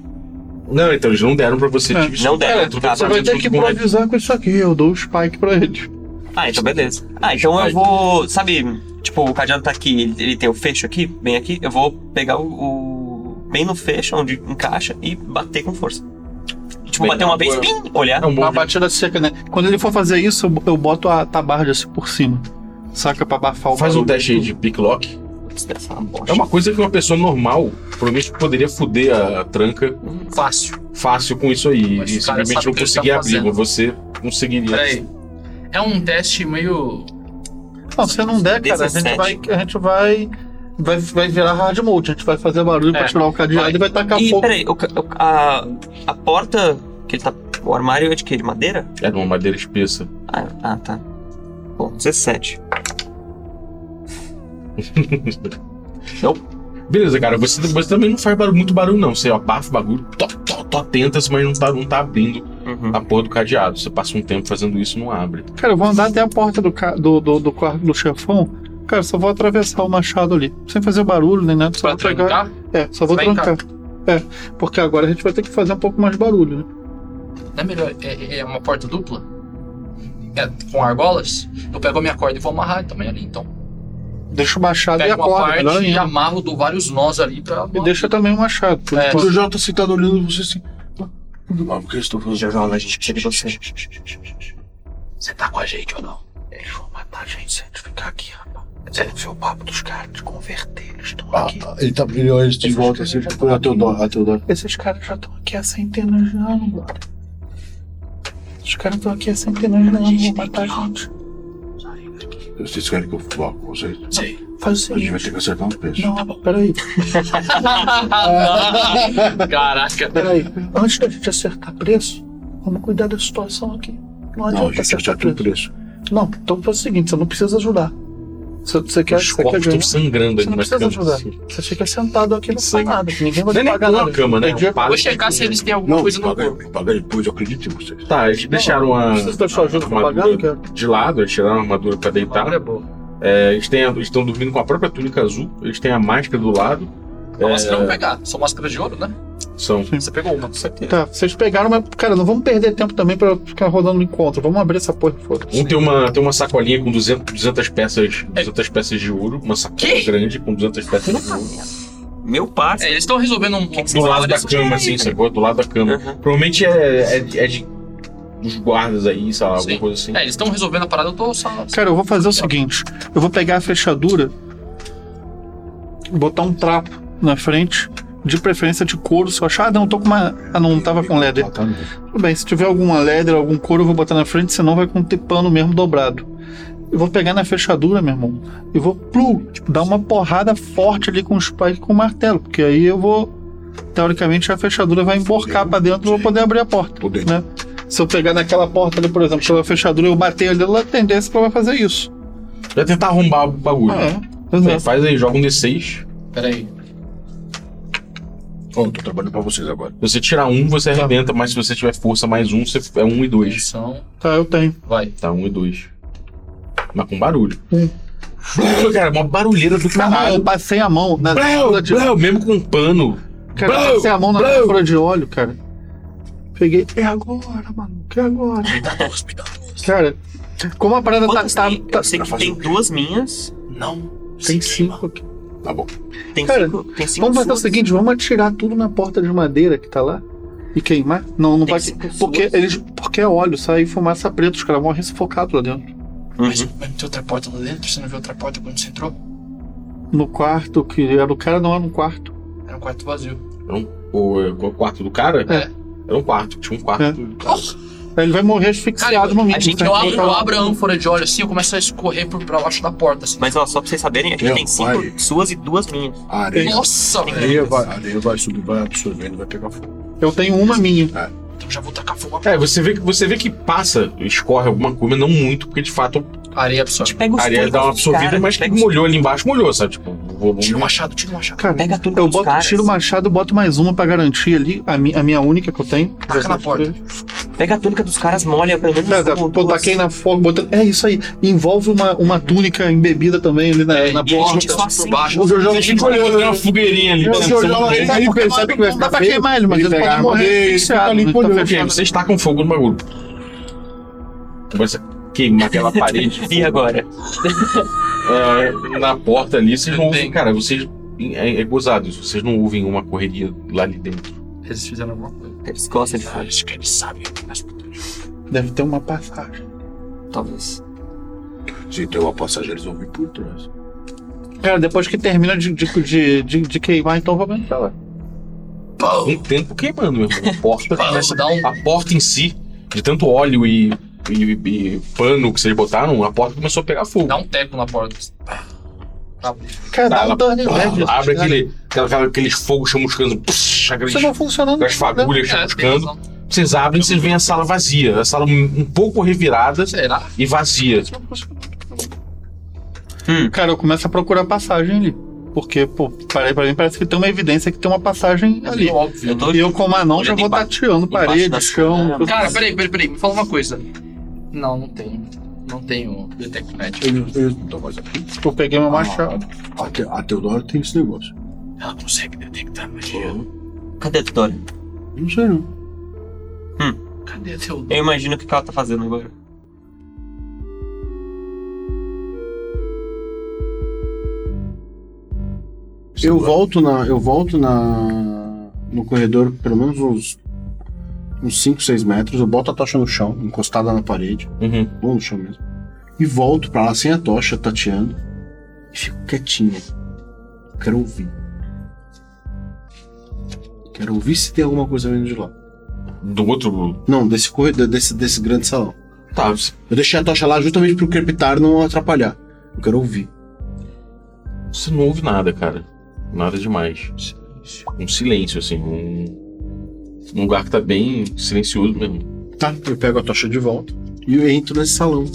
B: Não, então eles não deram pra você.
E: É.
B: tipo, isso
C: Não
B: tá
C: deram,
B: dentro
C: tá,
B: do-
E: Você vai ter que
B: do-
E: improvisar com isso aqui. Eu dou o spike pra eles.
C: Ah, então beleza. Ah, então eu vou. Sabe, tipo, o cadeado tá aqui, ele, ele tem o fecho aqui, bem aqui, eu vou pegar o. o bem no fecho, onde encaixa, e bater com força. E, tipo,
B: Bem,
C: bater uma vez,
B: eu-
C: pim, olhar.
B: É um
H: Ah,
B: bom
E: Uma batida seca, né? Quando ele for fazer isso, eu- eu boto a tabarda assim por cima. Saca pra abafar o
B: Faz um
E: barulho.
B: teste aí de picklock.
C: Desgraça uma bosta.
B: É uma coisa que uma pessoa normal provavelmente poderia foder a tranca
H: Fácil.
B: fácil com isso aí.
H: Mas
B: e
H: o cara
B: simplesmente
H: sabe
B: não
H: o que ele tá
B: conseguir abrir,
H: fazendo.
B: mas você conseguiria.
H: Peraí. É um teste meio.
E: Não, se não der, cara, a gente
C: 17.
E: vai. A gente vai. Vai, vai virar hard mode, a gente vai fazer barulho pra
H: É,
E: tirar o cadeado
H: vai.
E: e vai tacar
C: E
E: fogo.
C: peraí, o ca- o- a, a porta que ele tá. O armário é de quê? De madeira?
B: É de uma madeira espessa.
C: Ah, ah, tá. Bom, 17.
B: Beleza, cara. Você, você também não faz barulho- muito barulho, não. Você abafa o bagulho, tó, tó, tó, tenta, mas não tá, não tá abrindo
C: Uhum.
B: a porra do cadeado. Você passa um tempo fazendo isso não abre.
E: Cara, eu vou andar até a porta do, ca- do, do, do quarto do chefão. Cara, só vou atravessar o machado ali. Sem fazer barulho nem nada, só
H: Pra
E: vou pegar.
H: trancar?
E: É, só vou
H: Vai
E: trancar. É, porque agora a gente vai ter que fazer um pouco mais barulho, né?
H: Não é melhor. É, é uma porta dupla? É, com argolas? Eu pego a minha corda e vou amarrar também ali, então.
E: Deixa o machado e
H: Pego
E: a
H: uma
E: corda, melhor
H: parte e
E: ainda.
H: amarro, dou vários nós ali pra.
E: E deixa também o machado. porque
H: É.
E: pode-
G: Mas o Jota tá sentado olhando você assim. Ah, por que estou fazendo?
C: Já joga, a gente precisa de você.
A: Você tá com a gente ou não? Eles vão matar a gente se a gente ficar aqui, rapaz. Você não viu o papo dos caras de converter, eles estão
G: Ah,
A: aqui.
G: ele tá ele olha de volta assim, procura a Teodoro. A Teodoro.
E: Esses caras já estão aqui há centenas de anos, brother. Os caras estão aqui há centenas de anos, vão matar a gente.
G: Vocês querem que eu vá com vocês?
E: Faz o
G: A gente
E: seguinte.
G: vai ter que acertar um uns peixes.
E: Não, peraí,
H: Caraca.
E: peraí. Antes da gente acertar preço, vamos cuidar da situação aqui. Não
G: Não, a
E: adianta
G: gente
E: acertar
G: acerta um
E: preço.
G: preço.
E: Não, então faz o seguinte, você não precisa ajudar. Você, você quer,
B: Os
E: você quer
B: corpos
E: ganhar,
B: estão sangrando
E: você
B: ali,
E: não
B: mas
E: precisa
B: ficando
E: ajudar.
B: assim.
E: Você fica sentado aqui e não faz
B: Sangue.
E: nada. Ninguém vai
B: Não é
E: te
B: nem
E: pagar
B: uma
E: nada.
B: cama, né?
E: É dia-
B: Um pallet.
H: Vou checar se eles têm alguma
G: Não,
H: coisa
G: me
H: no
G: paga,
H: corpo.
G: me paga depois, eu acredito em vocês.
B: Tá, eles deixaram a,
E: Precisa da sua ajuda
B: a
E: pra pagar,
B: armadura
E: tá cara?
B: de lado, eles tiraram a armadura pra deitar.
H: Agora é boa.
B: É, eles têm a- eles estão dormindo com a própria túnica azul, eles têm a máscara do lado. É,
H: A máscara é um eu vou pegar. São máscaras de ouro, né?
B: São. um
H: Você pegou uma, com certeza.
E: Tá, vocês pegaram, mas, cara, não vamos perder tempo também pra ficar rodando no encontro. Vamos abrir essa porra, foda-se.
B: Um tem uma, tem uma sacolinha com 200, 200 peças,
H: É.
B: 200 peças de ouro, uma sacola grande com 200 peças de ouro.
C: Meu parça.
H: É, eles estão resolvendo um.
C: Que que
B: Do
C: vocês
B: lado da
C: Isso
B: cama, assim, sacou? Do lado da cama.
C: Uhum.
B: Provavelmente é, é, de- é de, dos guardas aí, sei lá, alguma
H: Sim.
B: coisa assim.
H: É, eles estão resolvendo a parada, eu tô só.
E: Cara, eu vou fazer o seguinte: eu vou pegar a fechadura, botar um trapo na frente, de preferência de couro. Se eu achar, ah, não, tô com uma. Ah, não, tava com leather. Tudo bem, se tiver alguma leather, algum couro, eu vou botar na frente, senão vai com ter pano mesmo dobrado. Eu vou pegar na fechadura, meu irmão, e vou plu, tipo, dar uma porrada forte ali com o spike e com o martelo, porque aí eu vou. Teoricamente a fechadura vai emborcar pra dentro e eu vou poder abrir a porta.
G: Poder.
E: Né? Se eu pegar naquela porta ali, por exemplo, pela fechadura, eu bater ali, ela a tendência que ela vai fazer isso.
B: Vai tentar arrombar o bagulho.
E: Ah, é.
B: Aí
E: Exato.
B: Faz aí, joga um D6.
H: Pera aí.
G: Ó, eu tô trabalhando pra vocês agora.
B: Se você tirar um, você arrebenta, mas se você tiver força mais um, você é um e dois.
H: Atenção.
E: Tá, eu tenho.
H: Vai.
B: Tá, um e dois. Mas com barulho.
E: Hum.
B: Cara, uma barulheira do
E: Caralho, eu
B: caralho.
E: passei a mão na
B: Blau,
E: lâmpada de
B: blau, mesmo com um pano.
E: Cara, eu passei a mão na fura de óleo, cara. Peguei. É agora, mano. É agora. cara, como a parada tá.
C: Quantas
E: tá,
C: tem?
E: tá-
C: eu sei
G: tá
C: que
G: fazendo
C: tem duas minhas.
E: tem cinco aqui.
G: Tá bom.
C: Tem
E: Cara,
C: cinco. Tem cinco
E: Vamos fazer o
C: suas.
E: seguinte: vamos atirar tudo na porta de madeira que tá lá e queimar? Não, não
C: Tem
E: vai.
C: cinco
E: Porque
C: suas.
E: eles. Porque é óleo, sai fumaça preta, os caras vão resfocados lá dentro.
H: Mas,
C: Uhum.
H: mas não tem outra porta lá dentro? Você não viu outra porta quando você entrou?
E: No quarto, que era o cara, não era um quarto.
H: Era um quarto vazio.
B: O, o quarto do cara?
E: É.
B: Era um quarto, tinha um quarto.
E: É.
B: do cara.
H: Nossa,
E: Aí ele vai morrer asfixiado no mínimo.
C: a gente- é
E: né?
H: eu abro,
E: Então,
H: eu abro a ânfora de óleo assim, eu começo a escorrer por pra baixo da porta, assim.
C: Mas ó, só pra vocês saberem, a gente
G: Meu
C: tem cinco
G: pai.
C: suas e duas minhas.
G: A areia,
H: Nossa,
G: a
H: velho.
G: areia, vai, a areia vai subir, vai absorvendo, vai pegar fogo.
E: Eu tenho uma minha.
H: Então já vou tacar fogo.
B: É, você vê, que- você vê que passa, escorre alguma coisa, mas não muito, porque de fato
H: Areia absorve.
C: Pega os
B: a areia
C: túnicos
B: dá uma
C: dos
B: absorvida,
C: caras,
B: mas que
C: pega os-
B: molhou ali embaixo, molhou, sabe? Tipo, vou, vou-
H: Tira o machado, tira o machado.
E: Cara,
C: Pega tudo
E: eu
C: dos
E: boto,
C: caras.
E: tiro o machado, boto mais uma pra garantir ali, a, mi- a minha única que eu tenho.
H: Taca na porta.
C: Pega a túnica dos caras, molha pelo menos
E: Tá, tá,
C: uma ou
E: pô,
C: duas.
E: taquei na fogo, botando. É isso aí. Envolve uma, uma túnica embebida também ali na, na
C: E a
E: borda.
C: gente só assim
H: por
C: acende.
H: baixo.
F: O Jojo
B: Você fica olhando, tem uma fogueirinha ali.
F: Não,
B: pensando
F: o
G: um
F: Jojo,
B: bem.
F: ele tá- Porque
E: percebe que vai ficar
F: feio,
E: queimar ele, mas
F: ele
E: ele
F: pega
E: pode
F: a
E: morrer
F: madeira, ele
E: asfixiado,
F: fica ali
E: né?
F: por
E: Tá
F: dentro,
B: Ok,
E: fechado.
B: você está com fogo no bagulho. Começa a queimar aquela parede. de
C: E
B: fogo.
C: agora?
B: É, na porta ali, vocês vão. Cara, vocês é, é gozado isso. Vocês não ouvem uma correria lá ali dentro.
H: Eles fizeram alguma coisa.
C: Eles gostam de
A: Ah,
C: falar,
A: Eles que eles sabem o que nós podemos.
E: Deve ter uma passagem.
C: talvez.
G: Se tem uma passagem, eles vão vir por trás.
E: Cara, depois que termina de, de, de, de, de queimar, então vamos entrar lá.
B: Um tempo queimando mesmo. A porta começa
H: Dá um-
B: A porta em si, de tanto óleo e, e, e pano que vocês botaram, a porta começou a pegar fogo.
H: Dá um teco na porta.
E: Cara,
B: Tá,
E: dá
B: ela-
E: um dano
B: Pá,
E: leve.
B: abre aquele, aquela, aquela- aqueles fogos chamuscando. psh, aqueles-
E: Isso não funcionando. assim, né?
B: aquelas fagulhas
H: É, tem
B: chamuscando.
H: razão.
B: Vocês abrem e vocês veem a sala vazia. A sala um, um pouco revirada
H: Será?
B: e vazia.
E: Cara, eu começo a procurar passagem ali. Porque, pô, para pra mim parece que tem uma evidência que tem uma passagem ali.
H: É óbvio.
C: Eu tô
E: E eu, como anão, já
C: Olhando
E: vou
C: embaixo-
E: tateando
C: embaixo da
E: parede, chão.
C: cama.
H: Cara, peraí, peraí, peraí. Me fala uma coisa. Não, não tenho. Não tenho Detect Magic.
G: Eles, eles não estão mais então, aqui.
E: Eu Tipo, peguei meu machado.
G: A, Te- a Teodora tem esse negócio.
A: Ela consegue detectar magia.
C: Cadê a Vitória?
G: Não sei não.
A: Cadê a Teodoro?
C: Eu imagino o que que ela tá fazendo agora.
F: Eu volto na. Eu volto na. no corredor pelo menos uns. uns 5, 6 metros, eu boto a tocha no chão, encostada na parede,
B: Uhum.
F: ou no chão mesmo. E volto pra lá sem a tocha, tateando. E fico quietinha. Quero ouvir. Quero ouvir se tem alguma coisa vindo de lá.
B: Do outro.
F: Não, desse corredor, desse, desse grande salão.
B: Tá, você-
F: Eu deixei a tocha lá justamente pro crepitar não atrapalhar. Eu quero ouvir.
B: você não ouve nada, cara. Nada demais. Um silêncio, assim. Um, um lugar que tá bem silencioso mesmo.
F: Tá, eu pego a tocha de volta e eu entro nesse salão.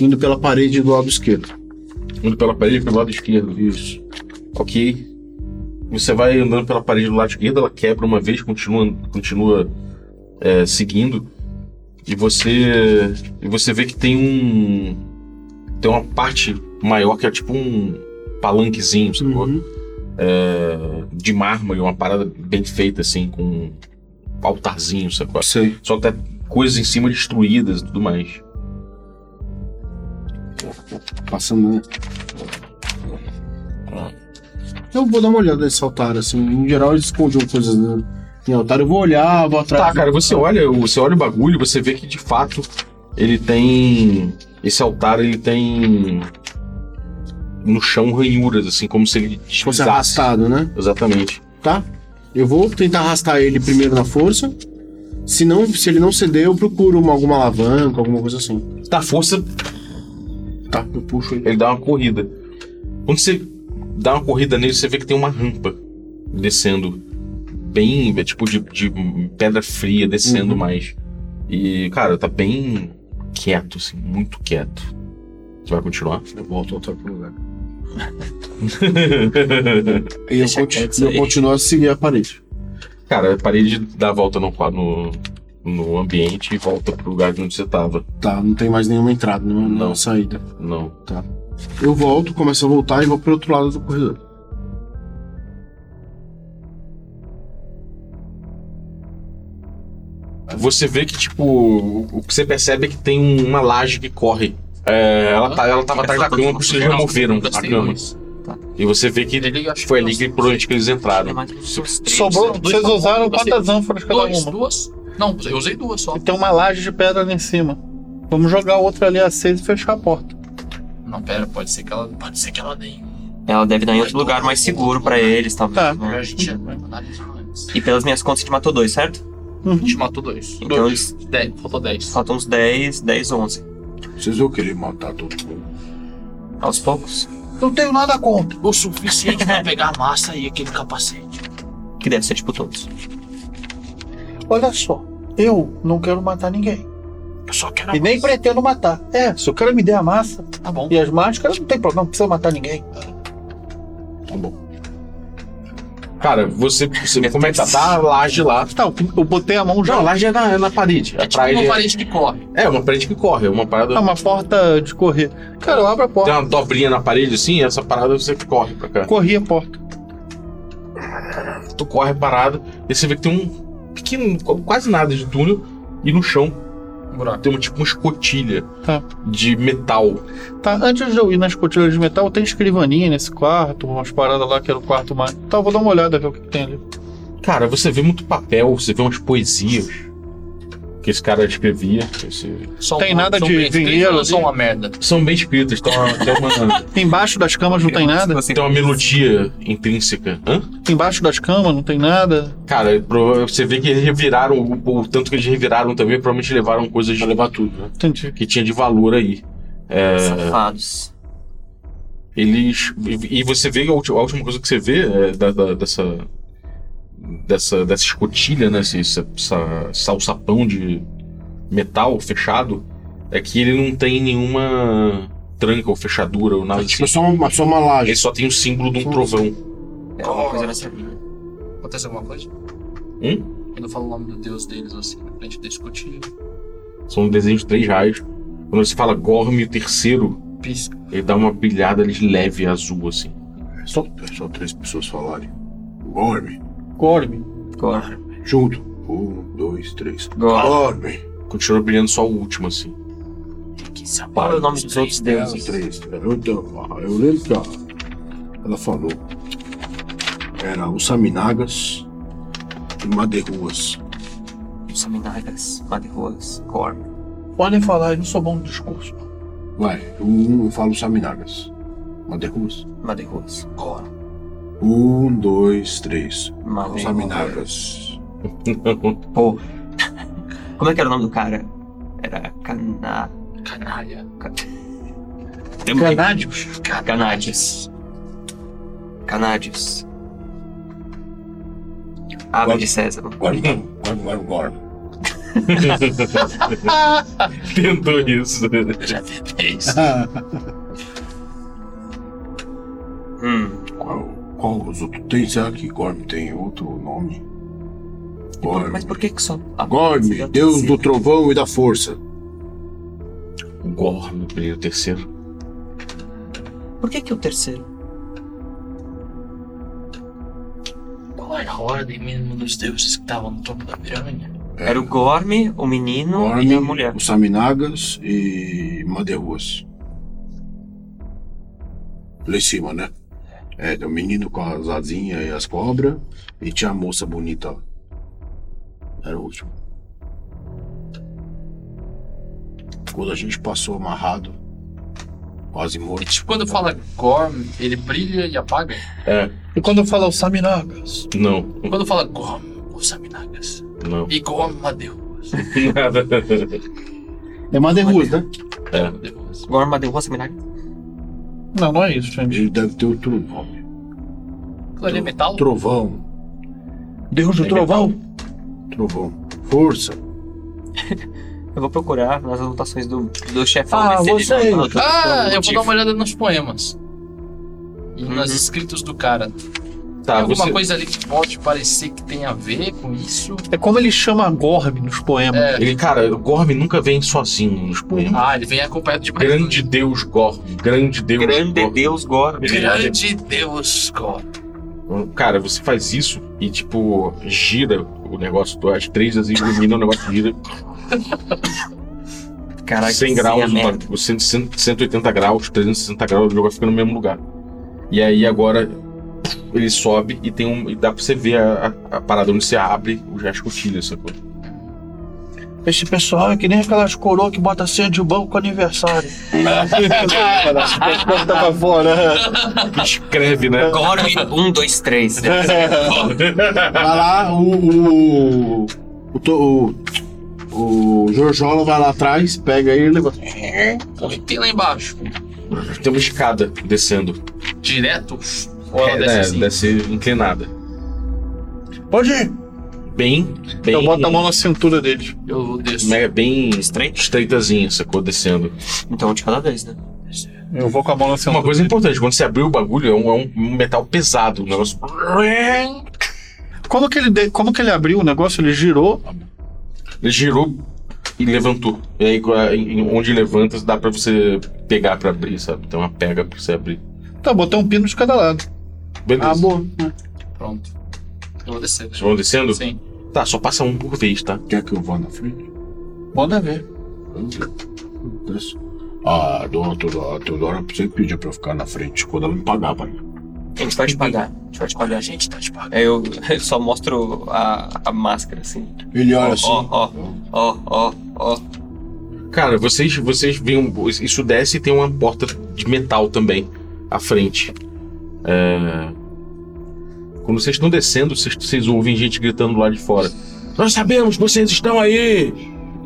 F: Indo pela parede do lado esquerdo.
B: Indo pela parede pelo lado esquerdo. Isso. Ok. Você vai andando pela parede do lado esquerdo, ela quebra uma vez, continua, continua é, seguindo. E você. E você vê que tem um. Tem uma parte maior que é tipo um palanquezinho, sacou? É, de mármore, uma parada bem feita, assim, com um altarzinho, sacou?
F: Sei.
B: Só até coisas em cima destruídas e tudo mais.
F: Passando, né? Eu vou dar uma olhada nesse altar, assim. Em geral eles escondiam coisas né? em altar. Eu vou olhar, vou atrás.
B: Tá, cara, você olha, você olha o bagulho, você vê que de fato ele tem. Esse altar ele tem. No chão ranhuras, assim, como se ele
F: Se fosse
B: deslizasse.
F: arrastado, né?
B: Exatamente.
F: Tá? Eu vou tentar arrastar ele primeiro na força. Se, não, se ele não ceder, eu procuro uma, alguma alavanca, alguma coisa assim.
B: Da força,
F: Tá, eu puxo ele.
B: ele dá uma corrida. Quando você dá uma corrida nele, você vê que tem uma rampa descendo. Bem. É tipo de, de pedra fria descendo mais. E, cara, tá bem quieto, assim, muito quieto. Você vai continuar?
F: Eu volto ao altar pro lugar. E eu,
C: Deixa
F: conti-
C: quieto isso
F: eu
C: aí.
F: continuo a seguir a parede.
B: Cara, eu parei de dar a volta no, qua- no, no ambiente e volta pro lugar de onde você tava.
F: Tá, não tem mais nenhuma entrada, nenhuma, nenhuma
B: Não.
F: saída.
B: Não.
F: Eu volto, começo a voltar e vou pro outro lado do corredor.
B: Você vê que, tipo, o- o que você percebe é que tem um- uma laje que corre. É, ela, tá, ela tava atrás da cama, porque vocês removeram a cama.
H: Tá.
B: E você vê que
H: Ele, acho
B: foi ali que por onde que eles
C: É
B: entraram.
C: mais uns dois, três,
E: Sobrou.
H: dois
E: Vocês
H: tamanhos,
E: usaram
H: você-
E: quantas ânforas cada
H: Dois,
E: uma?
H: duas? Não, eu usei duas só.
E: E tem uma laje de pedra ali em cima. Vamos jogar outra ali acesa e fechar a porta.
H: Não, pera, pode ser que ela. Pode ser que ela nem.
C: Ela deve dar em outro lugar mais seguro pra eles, talvez.
E: Tá.
H: Melhor
C: né?
H: a gente analisar antes.
C: E pelas minhas contas, a gente matou dois, certo?
H: A gente matou dois.
C: Então
H: Dois. Dez, faltou dez.
C: Faltam uns 10, 10, 11.
G: Vocês vão querer matar todo mundo.
C: Aos poucos.
H: Não tenho nada contra.
A: O suficiente pra pegar a massa e aquele capacete.
C: Que deve ser tipo todos.
E: Olha só, eu não quero matar ninguém.
A: Eu só quero
E: E
A: a
E: nem
A: massa.
E: pretendo matar. É, se o cara me der a massa
H: Tá bom.
E: e as máscaras, não tem problema, não precisa matar ninguém.
B: Cara, você, você como é que tá? Tá a laje lá.
E: Tá, eu- eu botei a mão já
B: Não, a
E: lá.
B: laje é na, é na parede.
H: É tipo
B: Atrás
H: uma
B: é,
H: parede que corre.
B: é uma parede que corre, é uma
E: É
B: parada.
E: uma porta de correr. Cara, eu abro a
B: Tem
E: porta.
B: uma dobrinha na parede assim, essa parada você corre pra cá.
E: Corri a porta.
B: Tu corre a parada e você vê que tem um pequeno, quase nada de túnel e no chão
H: buraco.
B: Tem um, tipo uma escotilha
E: Tá.
B: de metal.
E: Tá, antes de eu ir nas cotilhas de metal, tem escrivaninha nesse quarto, umas paradas lá que era o quarto mais. Tá, eu vou dar uma olhada ver o que que tem ali.
B: Cara, você vê muito papel, você vê umas poesias que esse cara escrevia. esse-
H: Só
E: Tem
H: um-
E: nada
H: só um
E: de
H: bem escrito
E: vinhedo assim?
H: ou só
E: ali?
H: uma merda.
B: São bem escritas, tem uma, tem
E: *laughs*
B: uma,
E: Embaixo das camas não tem nada?
C: Você
B: tem Então, uma melodia intrínseca. Hã?
E: Embaixo das camas não tem nada?
B: Cara, prova- você vê que eles reviraram, o, o tanto que eles reviraram também, provavelmente levaram coisas de levar tudo, né?
E: Entendi.
B: Que tinha de valor aí.
C: safados.
B: Eles. E e você vê a última, a última coisa que você vê é, da- da- dessa. dessa. dessa escotilha, né? Esse, essa, essa salsapão de metal fechado, é que ele não tem nenhuma tranca ou fechadura ou nada
F: Tipo, é
B: assim.
F: só uma, só uma laje.
B: Ele só tem o símbolo de um trovão.
H: É,
C: Alguma
H: uma
C: coisa
H: coisa
C: vai
H: nessa
C: servir.
H: Acontece alguma coisa?
B: Hum?
H: Quando eu falo o nome do deus deles assim, na frente da escotilha,
B: São desenhos de três raios. Quando você fala Gorme o terceiro,
H: pisca.
B: ele dá uma brilhada de leve azul, assim.
G: É só, é só três pessoas falarem. Gorme.
E: Corbe.
C: Gore.
F: Junto.
G: Um, dois, três.
C: Gore.
G: Gorme.
B: Continua brilhando só o último, assim.
C: Qual é o nome dos outros
G: Os
C: deuses?
G: três. Eu, então, eu lembro que ela, ela falou. Era o Saminagas e Maderuas.
C: Saminagas, Maderoas, Gore.
E: Podem falar, eu não sou bom no discurso.
G: Vai, um eu falo Saminagas. Maderuas.
C: Maderoas, Gore.
G: Um, dois, três.
C: Maderoas.
G: Saminagas.
C: Pô. *laughs* Como é que era o nome do cara? Era Cana...
H: Canalha.
C: Temos
E: é
C: que- Canadius. Canadius. Ave
G: Qual-
C: de César.
G: Gorme, gorme, gorme, gorme.
B: Tentou isso. *laughs*
C: Hum.
G: Qual, qual os outros? Tem, será que Gorme tem outro nome? Gorme.
C: Mas por que que tá só... a-
G: Gorme, Deus do trovão e da força.
B: O Gorme brilha o terceiro.
C: Por que que o terceiro?
H: Qual era a ordem mesmo dos deuses que estavam no topo da pirâmide?
G: É,
C: Era o Gorme, o menino
G: Gorme,
C: e a mulher.
G: Os Saminagas e Maderuas. Lá em cima, né? É, tem o menino com as asinhas e as cobras. E tinha a moça bonita. lá. Era o último. Quando a gente passou amarrado, quase
H: E
G: morto.
H: tipo, quando fala Gorm, ele brilha e apaga?
B: É,
E: E quando eu falar o Saminagas?
B: não,
H: Quando fala Gorm, os Aminagas. *laughs*
B: não. *laughs*
H: E Gorm, Madeus.
B: Nada.
F: É Maderrus, né?
H: Madeus.
C: Gorme, Maderoas, Saminagas.
E: Não, não é isso, gente.
G: Ele deve ter outro nome.
H: Aquilo ali é metal?
G: Trovão,
E: Deus do
B: É
E: trovão?
G: trovão. Força.
C: Eu vou procurar nas anotações do, do chefão.
F: Ah,
C: ver se ele
F: você
C: não
F: aí.
C: anotou Tipo, por algum
H: Ah, eu vou
C: motivo.
H: dar uma olhada nos poemas. E nas
C: Uhum.
H: escritos do cara. Tem
B: Tá,
H: alguma
B: você.
H: coisa ali que pode parecer que tem a ver com isso?
E: É como ele chama Gorme nos poemas.
H: É.
B: Ele, cara, o Gorme nunca vem sozinho nos
C: Uhum.
B: poemas.
H: Ah, ele vem acompanhado de mais um.
B: Grande Deus Gorme, grande Deus
C: Grande
B: Gorme.
C: Deus, Gorme.
B: Ele-
H: Grande Deus, Gorm.
B: Cara, você faz isso e, tipo, gira o negócio, as três as iluminam o negócio gira
C: Caraca,
B: 100
C: que
B: graus,
C: merda.
B: tá, o 100, 100, 180 graus, 360 graus, o jogo fica no mesmo lugar. E aí agora ele sobe e tem um. E dá pra você ver a, a- a parada onde você abre o já escotilha, sacou?
E: Esse pessoal é que nem aquelas coroas que bota senha de banco aniversário.
F: Não tá pra fora.
C: Ah.
B: Escreve, né?
C: Gorme, um, dois,
H: *laughs*
C: três.
F: Vai lá, o. O. O. to- o, o Jorjola vai lá atrás, pega ele e levanta.
H: O que tem lá embaixo?
B: Tem uma escada descendo.
H: Direto? Ou ela
B: É,
H: desce
B: né,
H: assim?
B: desce inclinada.
E: Pode ir!
B: Bem, bem.
E: Eu boto Então, a mão na cintura deles.
H: Eu desço.
B: né, bem
C: Estreito?
B: estreitazinha, sacou? Descendo.
C: Então, um de cada vez, né?
E: Então, Eu vou com a mão na
B: Uma
E: cintura.
B: coisa importante, quando você abrir o bagulho, é um, é um metal pesado. Um negócio.
E: Como que, ele de- como que ele abriu o negócio? Ele girou.
B: Ele girou e levantou. E aí, qua- em- em- onde levanta, dá pra você pegar pra abrir, sabe? Tem uma pega pra você abrir.
E: Tá, botei um pino de cada lado. né?
B: Beleza.
F: Ah, boa.
H: Pronto. Eu vou descer. né?
B: Vocês vão descendo?
H: Sim.
B: Tá, só passa um por vez, tá?
G: Quer que eu vá na frente?
E: Manda ver.
G: Acontece. Ah, dona Teodora, a Teodora sempre pedia pra eu ficar na frente quando ela me pagava. né?
C: A gente vai te pagar. A gente vai te pagar.
A: A gente tá te pagando.
C: Aí eu, *laughs* eu só mostro a, a máscara, assim.
G: Ele olha
C: Ó,
G: assim.
C: ó, ó, ó, ó.
B: Cara, vocês, vocês veem. um- Isso desce e tem uma porta de metal também à frente. É, Quando vocês estão descendo, vocês, vocês ouvem gente gritando lá de fora. Nós sabemos que vocês estão aí!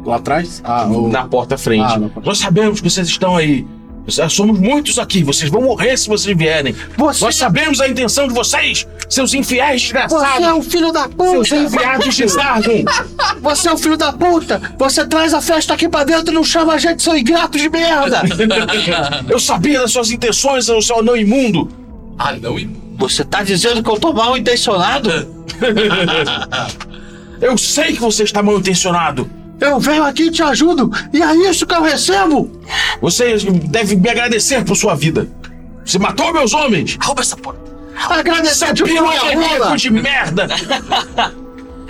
F: Lá atrás? Ah, o...
B: Na porta à frente.
F: Ah, na porta.
B: Nós sabemos que vocês estão aí. Nós ah, Somos muitos aqui. Vocês vão morrer se vocês vierem. Nós sabemos a intenção de vocês, seus infiéis desgraçados.
E: é
F: um filho da
B: Seus enviados de Sargon!
F: Você é um filho da puta! Você traz a festa aqui pra dentro e não chama a gente, seu ingrato de merda!
B: Eu sabia das suas intenções, eu sou anão imundo!
H: Ah, não, e
E: Você tá dizendo que eu tô mal intencionado?
B: Eu sei que você está mal intencionado!
F: Eu venho aqui e te ajudo! E é isso que eu recebo!
B: Você deve me agradecer por sua vida. Você matou meus homens!
A: Rouba essa porta.
F: Agradecer
B: Seu
F: de minha
B: piroca
F: rola!
B: de merda!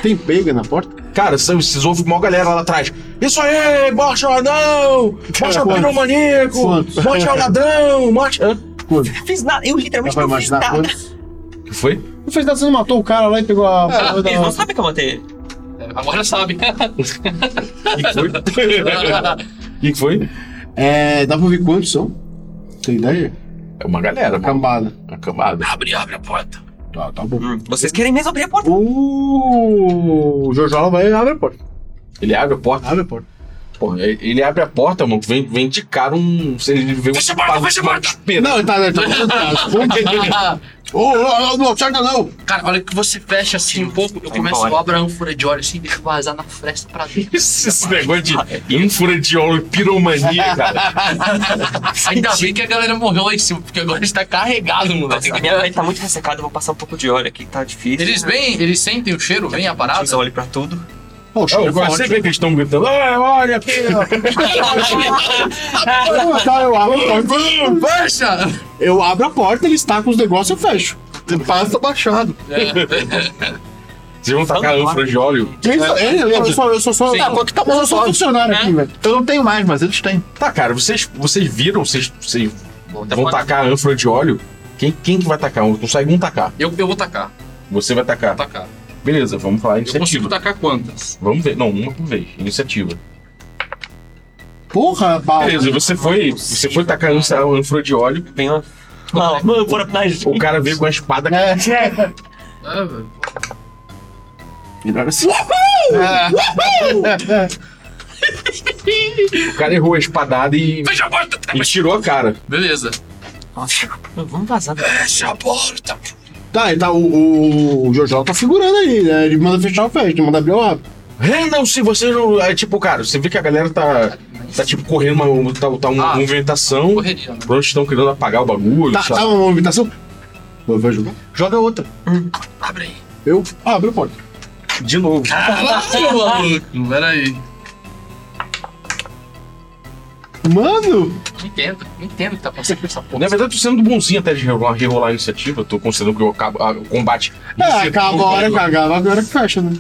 F: Tem pega na porta?
B: Cara, vocês vocês ouvem uma galera lá atrás. Isso aí, morte ao anão! Morte ao
F: Quantos?
B: piromaníaco!
F: Quantos?
B: Morte ao ladrão! Morte... Hã?
C: Não fiz nada. Eu literalmente
F: Vai
C: não fiz
F: imaginar
C: nada.
F: quantos?
B: que foi?
F: Não fez nada, você não matou o cara lá e pegou a.
C: Ah, eles não sabem que eu matei ele.
H: agora sabe.
B: E que foi? E que foi?
F: É, dá pra ver quantos são? Tem ideia?
B: É uma galera, uma
F: Cambada.
B: uma cambada.
A: Abre, abre a porta.
F: Tá, tá bom.
C: Hum, Vocês querem mesmo abrir a porta?
F: O Jojola vai e abre a porta.
B: Ele abre a porta.
F: Abre a porta.
B: Porra, ele abre a porta, mano. Vem, vem de cara um. Ele vê um.
A: Fecha a porta, fecha a porta!
B: Não,
F: Não, tá, tá, tá. Ô, ô, ô, não, certo não!
H: Cara, olha que você fecha assim um pouco, eu
C: Vai
H: começo
C: embora.
H: a abrir a ânfora de óleo assim e deixo vazar na fresta
B: *laughs*
H: pra dentro.
B: Esse, *laughs* esse negócio de ânfora de óleo, piromania, cara.
H: Ainda bem que a galera morreu lá em cima, porque agora está carregado, moleque.
C: Nossa, minha pele tá muito ressecada, eu vou passar um pouco de óleo aqui, tá difícil.
H: Eles vêm, eles sentem o cheiro, vem a parada.
C: Eles olham pra tudo.
F: Poxa,
B: Eu gosto que eles estão gritando. "Ah, olha aqui, ó.
F: eu abro a porta.
H: Poxa!
F: Eu abro a porta, eles tacam os negócios e eu fecho. Passa baixado.
B: *laughs* Vocês vão tacar ânfora de óleo?
F: Isso, é, eu sou, eu sou só.
H: Sim.
F: Ah, porque tá bom, eu sou funcionário aqui, velho.
E: Eu não tenho mais, mas eles têm.
B: Tá, cara, vocês, vocês viram, vocês, vocês
H: Bom, tá
B: vão
H: foda.
B: tacar ânfora de óleo? Quem, quem que vai tacar? Não consegue um tacar.
H: Eu, eu vou tacar,
B: Você vai tacar.
H: vou tacar.
B: Beleza, vamos falar
H: Tá. Eu consigo
B: iniciativa.
H: tacar quantas?
B: Vamos ver. Não, uma por vez. Iniciativa.
F: Porra,
H: Ah,
F: bala.
B: Beleza, você foi. Você foi tacar ânfora ânfora de óleo.
C: Vem uma. Mano, mano, fora pra
B: O cara veio com a espada.
F: É.
H: Ah, velho.
F: Melhor assim.
E: é,
B: O cara errou a espadada e,
A: Fecha a porta.
B: e tirou a cara.
H: Beleza.
C: Nossa, vamos vazar.
A: Fecha a porta.
F: Tá, então o, o Jojola tá figurando aí, né? Ele manda fechar o fecho, ele manda abrir o abro.
B: Rendam-se, vocês É, não. É tipo, cara, você vê que a galera tá. Tá tipo correndo uma. Tá, tá uma
H: Ah.
B: movimentação.
H: Correria, né?
B: Pronto, estão querendo apagar o bagulho.
F: Tá,
B: sabe?
F: tá uma movimentação? Vou, vou jogar. Joga Ah. outra.
A: Abre aí.
F: Eu abro a porta.
B: De novo.
H: Caralho, Ah, tá maluco. Peraí.
F: Mano!
H: Não entendo, não entendo o que tá acontecendo com essa porra.
B: Na verdade, eu tô sendo bonzinho até de rerolar, rerolar a iniciativa. Tô considerando que eu acabo, ah, o combate.
F: É, acaba a hora,
B: o cara.
F: cagava agora que fecha, né?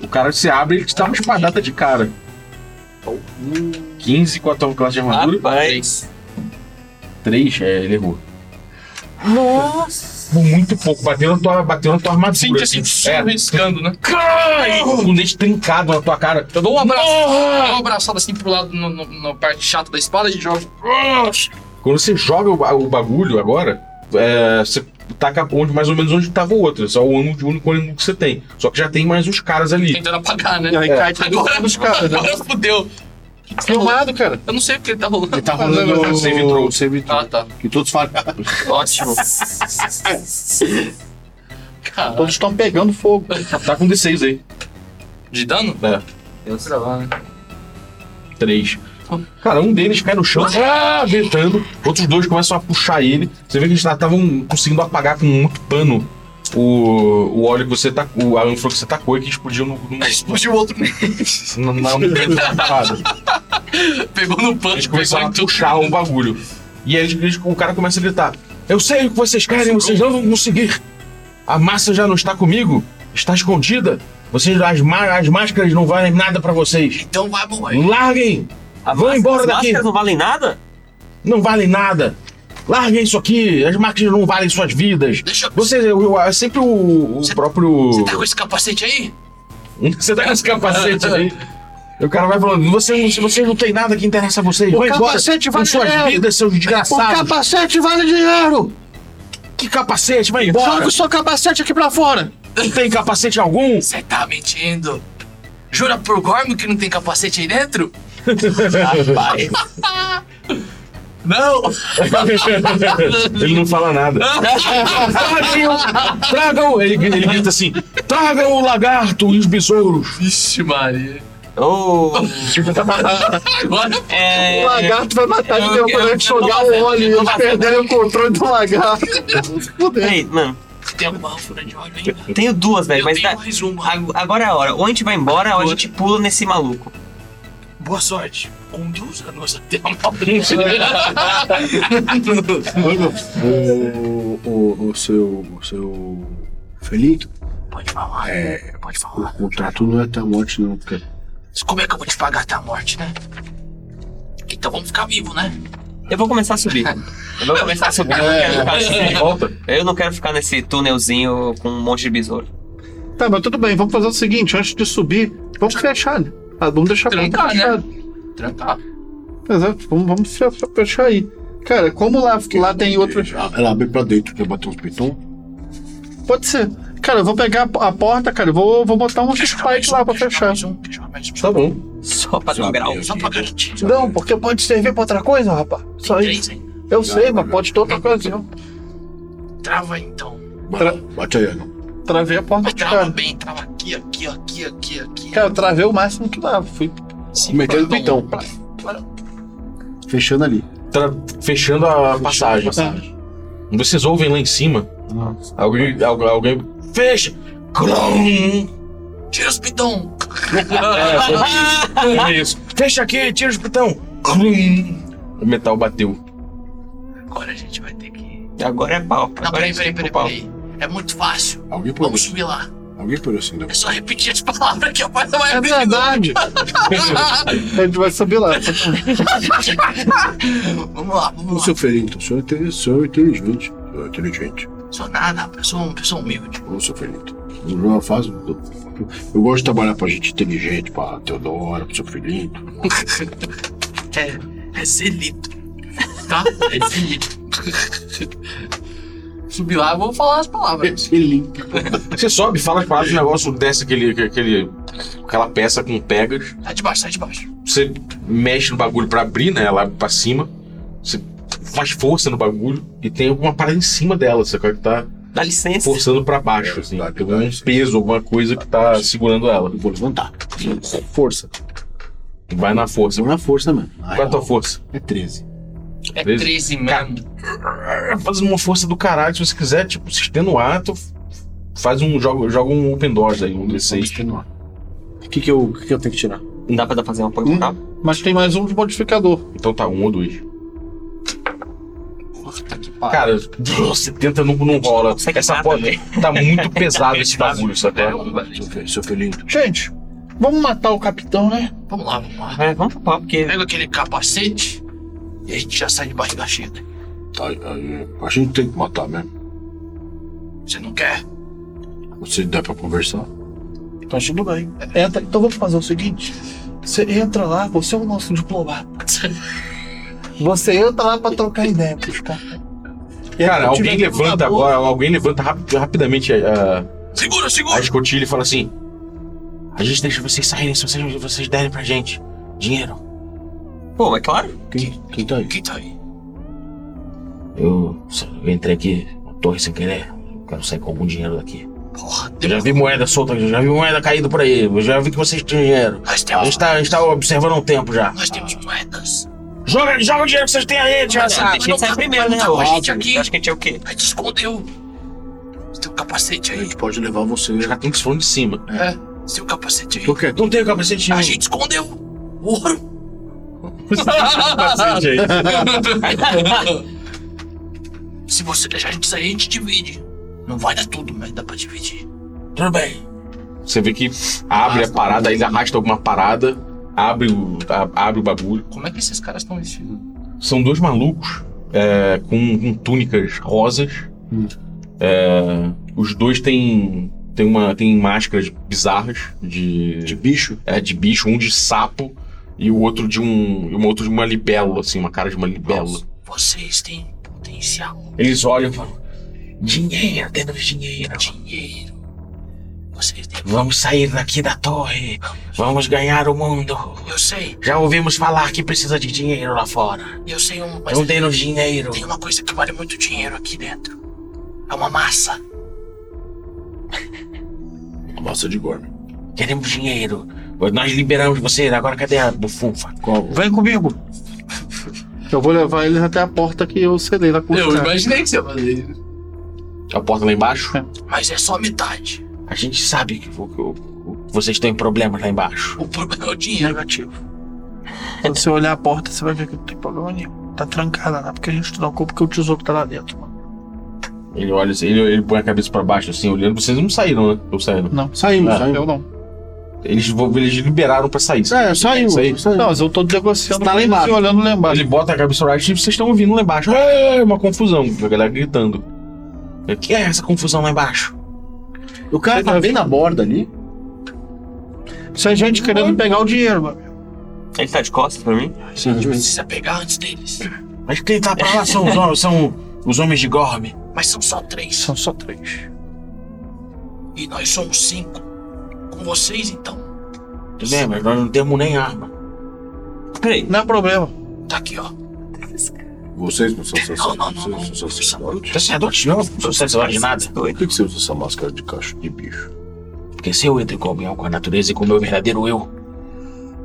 B: O cara se abre e ele te dá uma espadada de cara. Então, 15 com a tua classe de armadura.
C: Rapaz.
B: 3, é, ele errou.
C: Nossa.
B: Por muito pouco. Bateu na tua, bateu na tua armadura.
H: Sente assim, só
B: é,
H: riscando, né?
B: cai! Com o dente trincado na tua cara.
H: Eu dou um abraço, eu dou uma abraçada assim pro lado, no- no- na parte chata da espada e jogo.
B: Quando você joga o, ba- o bagulho agora, é, você taca onde, mais ou menos onde tava o outro. É Só o ângulo, o único ângulo que você tem. Só que já tem mais uns caras ali.
H: Tentando apagar, né?
E: Aí cai tudo
H: Agora,
E: dos caras, né?
H: agora fudeu.
E: Filmado, cara.
H: Eu não sei porque Tá ele tá rolando.
F: Ele tá
E: Mas
F: rolando
E: agora-
F: o
B: Save throw.
F: Save
H: Ah,
F: throw.
H: tá.
F: Que todos falharam.
H: Ótimo. Cara,
E: Todos estão pegando fogo.
B: Tá com D6 aí.
H: de dano?
B: É.
H: Eu sei lá, né?
B: Três. Cara, um deles cai no chão, ah, gritando. Outros dois começam a puxar ele. Você vê que eles estavam conseguindo apagar com muito pano o, o óleo que você tacou, a ânfora que você tacou e que explodiu no, no,
H: Explodiu o outro meio.
B: na, na, na
H: Pegou no
B: Eles
H: punch, pegou
B: começaram a
H: em tudo.
B: puxar um bagulho. E aí eles- eles- o cara começa a gritar: Eu sei o que vocês querem, vocês não vão conseguir. A massa já não está comigo, está escondida. Vocês, as, má- as máscaras não valem nada pra vocês.
H: Então vai morrer.
B: Larguem!
C: A
B: Vão
C: máscara-
B: embora
C: as
B: daqui.
C: máscaras não valem nada?
B: Não valem nada. Larguem isso aqui. As máscaras não valem suas vidas.
H: Deixa eu-
B: Vocês, eu, eu- é sempre o, o
H: Você-
B: próprio.
H: Você
B: *laughs*
H: tá com esse capacete aí?
B: Você tá com esse capacete aí. E o cara vai falando, vocês, vocês não tem nada que interessa a vocês. Vão embora
E: capacete
B: com
E: vale
B: suas
E: dinheiro.
B: vidas, seus desgraçados.
E: capacete vale dinheiro!
B: Que capacete, vai *laughs* embora.
E: o seu capacete aqui pra fora!
B: Não tem capacete algum.
H: Você tá mentindo. Jura por Gorm que não tem capacete aí dentro?
E: *laughs*
C: Rapaz.
H: Não!
B: Ele não fala nada. tragam, tragam, ele, ele grita assim, tragam o lagarto e os besouros.
H: Vixe, Maria.
C: Ô.
H: Agora
C: é.
E: O lagarto vai matar de
H: Eu-
E: tempo,
H: eu-
E: vai
H: eu
E: enxogar
H: tô-
E: o óleo e eles perderem o controle do lagarto. Fudeu.
C: Peraí, mano.
H: tem alguma fura de óleo ainda?
C: Tenho duas, velho,
H: Eu
C: mas
H: tenho
C: dá-
H: mais uma.
C: ag- agora é a hora. Ou a gente vai embora ou a gente pula nesse maluco.
H: Boa sorte. Conduza-nos até a
E: *laughs*
F: O, o, o seu. O seu. Felito,
H: Pode falar.
F: É.
H: Pode
F: o
H: falar.
F: contrato não é até a morte, não, porque.
H: Como é que eu vou te pagar até a morte, né? Então vamos ficar vivo, né?
C: Eu vou começar a subir. Eu vou começar a subir. Eu não quero ficar, nesse-
B: Volta.
C: eu não quero ficar nesse túnelzinho com um monte de besouro.
E: Tá, mas tudo bem, vamos fazer o seguinte: antes de subir, vamos fechar, né? Ah, vamos deixar a porta
I: Trancar, né?
E: fechada.
I: Trancar.
E: Exato, tipo, vamos, vamos fe- fe- fechar aí. Cara, como lá, lá tem outro.
F: Ela ela abre pra dentro, quer bater uns pitons?
E: Pode ser. Cara, eu vou pegar a a porta, cara, eu vou, vou botar um spike lá pra fechar.
H: Mais um, quer jogar mais um.
B: Tá bom.
C: Só pra dar um grau.
H: Só
F: né?
H: pra garantir.
E: Não, porque pode servir pra outra coisa, rapaz. Só
H: Três, né?
E: isso.
H: hein?
E: Eu sei, mas pode ter outra ocasião.
H: Trava aí, então.
E: Tra-
F: Bate, bate aí, não.
E: Travei a porta
H: Mas
E: de
H: trava
E: cara.
H: bem, trava aqui, aqui, aqui, aqui, aqui.
E: Cara, eu travei o máximo que dava. Fui.
J: Metendo o pitão. Fechando ali.
B: Tá fechando a passagem. Vocês ouvem lá em cima. Alguém, algu- alguém. Fecha! Crum!
H: Tira os bidão.
B: *laughs* É isso. Fecha aqui, tira o pitão!
H: é
B: Crum! O metal bateu.
H: Agora a gente vai ter que.
C: Agora é pau.
H: Não,
C: Agora
H: peraí,
C: é
H: peraí, peraí,
C: pau.
H: peraí. É muito fácil.
F: Alguém pulou.
H: Vamos subir lá.
F: Alguém pulou assim, né?
H: É só repetir as palavras que a porta vai
E: É
H: abrir.
E: verdade! A gente vai subir lá.
H: vamos lá,
F: O
H: vamos lá.
F: seu Felito, o senhor é inte- o senhor é inteligente. O senhor é inteligente.
H: Sou nada, eu sou uma pessoa humilde.
F: O seu Felito. O João faz. Eu, eu gosto de trabalhar pra gente inteligente, pra Teodora, pro seu Felito.
H: É, é zelito. Tá? É zelito. *laughs*
I: Subir lá, eu vou falar as palavras.
F: Felito.
B: Você sobe, fala as palavras, o negócio desce aquele, aquele, aquela peça com pegas.
H: Sai Tá de baixo, sai de baixo.
B: Você mexe no bagulho pra abrir, né? Ela abre pra cima. Você faz força no bagulho e tem alguma parada em cima dela, sacou? Que tá
C: Dá licença.
B: forçando pra baixo, assim.
F: Verdade,
B: Tem um
F: verdade.
B: peso, alguma coisa que tá segurando ela.
F: Eu vou levantar. Força.
B: Vai na força.
F: Não na força, mano.
B: Qual é a tua força?
F: É 13.
I: É
B: Beleza.
I: 13 mesmo.
B: É, Faz uma força do caralho. Se você quiser, tipo, se extenuar, tu faz um. Joga, joga um open doors aí, um
F: Vamos
B: D6.
F: continuar. O que, que, eu, o que, que eu tenho que tirar?
C: Dá pra dar fazer um apoio moral?
E: Mas tem mais um de modificador.
B: Então tá, um ou dois.
I: Puta que pariu.
B: Cara, 70 não, não rola.
C: consegue
B: Essa
C: nada, né? Tá
B: porta tá muito pesado
C: *laughs*
B: esse bagulho, sacou?
F: Seu, Fe- seu Felito.
E: Gente, vamos matar o capitão, né?
H: Vamos lá, vamos lá.
C: É, vamos pro pau, porque.
H: Pega aquele capacete e a gente já sai de barriga cheia.
F: Tá, é, A, a- a gente tem que matar mesmo.
H: Você não quer?
F: Você dá pra conversar?
E: Tá tudo bem. Entra, então vamos fazer o seguinte: você entra lá, você é o nosso diplomata. Você entra lá pra trocar ideia com os caras. E aí,
B: Cara,
E: quando
B: alguém
E: tiver
B: levanta
E: tudo na boa,
B: agora, alguém levanta rap- rapidamente a,
H: Segura,
B: a, a
H: segura!
B: escotilha e fala assim: A gente deixa vocês saírem se vocês, vocês derem pra gente dinheiro.
C: Pô, é claro.
F: Quem, quem tá aí?
H: Quem tá aí?
B: Eu, eu entrei aqui na torre sem querer. Quero sair com algum dinheiro daqui.
H: Porra,
B: Eu já
H: demorou.
B: vi moeda solta, eu já vi moeda caída por aí, eu já vi que vocês tinham dinheiro.
H: Nós
B: A
H: temos,
B: gente tá, a gente tá observando há um tempo já.
H: nós temos moedas.
B: Joga, joga o dinheiro que vocês têm aí, desgraçado!
C: a gente sai primeiro, né?
H: Tá com a
C: ô?
H: gente aqui.
C: Acho que a gente é o quê?
H: A gente escondeu. Você tem um capacete
F: A
H: aí?
F: gente pode levar você.
B: Os caras tão que se falando de cima.
H: É. Você tem um capacete aí?
F: Por quê?
B: Não tem capacete
H: A
K: um.
B: nenhum.
H: gente escondeu o ouro. *laughs*
B: Capacete aí.
H: Se você deixar a gente sair, a gente divide. Não vai dar tudo, mas dá pra dividir.
B: Tudo bem. Ah, Você vê que abre a parada, ele arrasta alguma parada, abre o, a- abre o bagulho.
K: Como é que esses caras estão vestidos?
B: São dois malucos é, com, com túnicas rosas. É, os dois têm, têm, uma, têm máscaras bizarras de,
L: De bicho?
B: é, de bicho, um de sapo e o outro de um. e um outro de uma libélula, assim, uma cara de uma libélula.
H: Vocês têm potencial.
B: Eles olham e falam: Dinheiro, temos dinheiro.
H: Dinheiro. Vocês têm.
B: Vamos sair daqui da torre. Vamos ganhar o mundo.
H: Eu sei,
B: Já ouvimos falar que precisa de dinheiro lá fora.
H: eu sei um, mas
B: Não dê-nos dinheiro.
H: tem uma coisa que vale muito dinheiro aqui dentro. É uma massa.
F: Massa de Gorm.
B: Queremos dinheiro. Nós liberamos você. Agora cadê a bufunfa?
F: Qual?
E: Vem comigo. Eu vou levar eles até a porta que eu selei na
K: Eu
E: curva.
K: imaginei que você ia fazer isso.
B: A porta lá embaixo?
H: Mas é só metade.
B: A gente sabe que, vo- que o- o- vocês têm problemas lá embaixo.
H: O problema é o dinheiro. Negativo.
E: Se você olhar a porta, você vai ver que não tem problema nenhum. Tá trancada lá, porque a gente não culpa porque o tesouro tá lá dentro, mano.
B: Ele olha assim, ele, ele põe a cabeça pra baixo, assim, olhando. Vocês não saíram, né? Eu saíram.
E: Não.
L: Saímos,
B: Ah,
L: saímos.
E: Eu não.
B: Eles, vo- eles liberaram pra sair.
L: É, saímos.
B: Isso aí.
L: saímos.
E: Não, mas eu tô negociando
L: Você tá lá
E: com eles
L: embaixo.
E: e olhando lá embaixo.
B: Ele bota a cabeça pra baixo e vocês estão ouvindo lá embaixo. É uma confusão. A galera gritando. O que é essa confusão lá embaixo?
L: O cara tá bem na borda ali.
E: Isso é gente querendo pegar o dinheiro, mano.
C: Ele tá de costas pra mim?
H: A gente precisa pegar antes deles.
B: Mas quem tá pra lá são os, hom- são os homens de Gorme.
H: Mas são só três.
E: São só três.
H: E nós somos cinco. Com vocês, então.
B: Tu lembra? Nós não temos nem arma.
C: Peraí.
E: Não é problema.
H: Tá aqui, ó.
F: Vocês não são
H: Não, não, não,
F: sacerdotes?
H: não.
F: Vocês não são sacerdotes?
B: Sacerdote não, não sacerdote de nada.
F: Por que que você usa essa máscara de cacho de bicho?
B: Porque se eu entro em comunhão com a natureza e com o meu verdadeiro eu,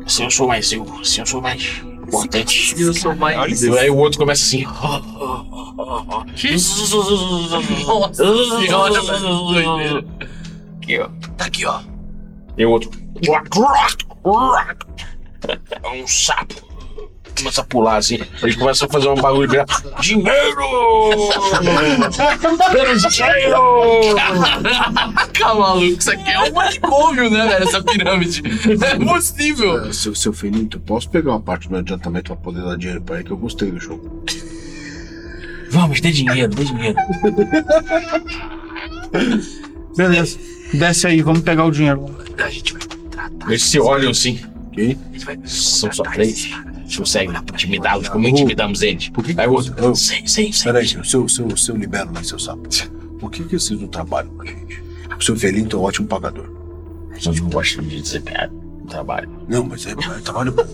B: se eu sou mais eu, se eu sou mais importante.
K: Eu sou mais.
C: Olha
B: E aí o outro começa assim.
K: Nossa senhora, velho, doideira.
C: Aqui, ó.
H: Tá aqui, ó.
B: E o outro. É um sapo. Começa a pular assim. Eles começam a fazer um bagulho virar. Dinheiro! Quero
K: *laughs*
B: Dinheiro!
K: Caraca, maluco, isso aqui é um manicômio, né, velho? Essa pirâmide. Não é possível.
F: É, seu, seu finito, posso pegar uma parte do meu adiantamento pra poder dar dinheiro pra ele que eu gostei do jogo.
B: Vamos, dê dinheiro, dê dinheiro.
E: Beleza. Desce aí, vamos pegar o dinheiro.
H: A gente vai contratar.
B: Eles se olham assim.
H: A gente vai
B: São só
H: contratar
B: três.
H: esse cara.
B: A gente consegue intimidá-los como intimidamos eles.
F: Por que que
B: Aí o outro.
F: Eu-
H: Sim, sim, sim.
F: Peraí, seu, seu, seu, seu libero, mas seu sapo. Por que que vocês não trabalham com a gente? O seu Felinto é um ótimo pagador.
B: A gente não gosta de dizer piada no trabalho.
F: Não, mas é, é trabalho bom.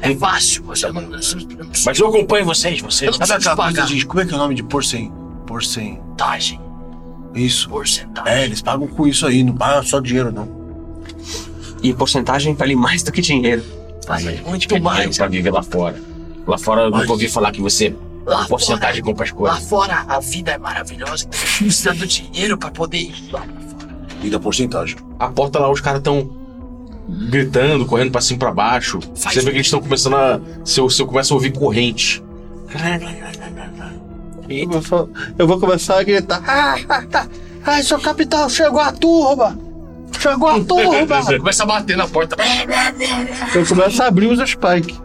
H: É fácil. Você não, é você não precisa
B: Mas eu acompanho vocês, vocês.
H: Eu não-
F: Sabe aquela coisa
H: pagar.
F: de. Como é que é o nome de porcem? Porcem.
H: de vantagem.
F: Isso.
H: Porcentagem.
F: É, eles pagam com isso aí, não pagam só dinheiro, não.
C: E porcentagem vale mais do que dinheiro.
H: Mas muito
B: Tem É, dinheiro
H: mais.
B: pra viver lá fora. Lá fora eu nunca ouvi falar que você
H: Lá
B: porcentagem
H: fora,
B: compra as
H: lá
B: coisas.
H: fora a vida é maravilhosa. então Precisa do dinheiro pra poder ir lá pra fora.
F: E da porcentagem.
B: A porta lá, os caras estão gritando, correndo pra cima e pra baixo.
H: Faz
B: você vê que eles estão começando a. Você, você começa a ouvir corrente.
E: Eu vou fa- Eu vou começar a gritar. Ah, ah, ah, ah, seu capitão, chegou a turma!
K: *laughs*
E: Chegou a turma!
K: Começa a bater na porta.
E: Eu começo a abrir os spike.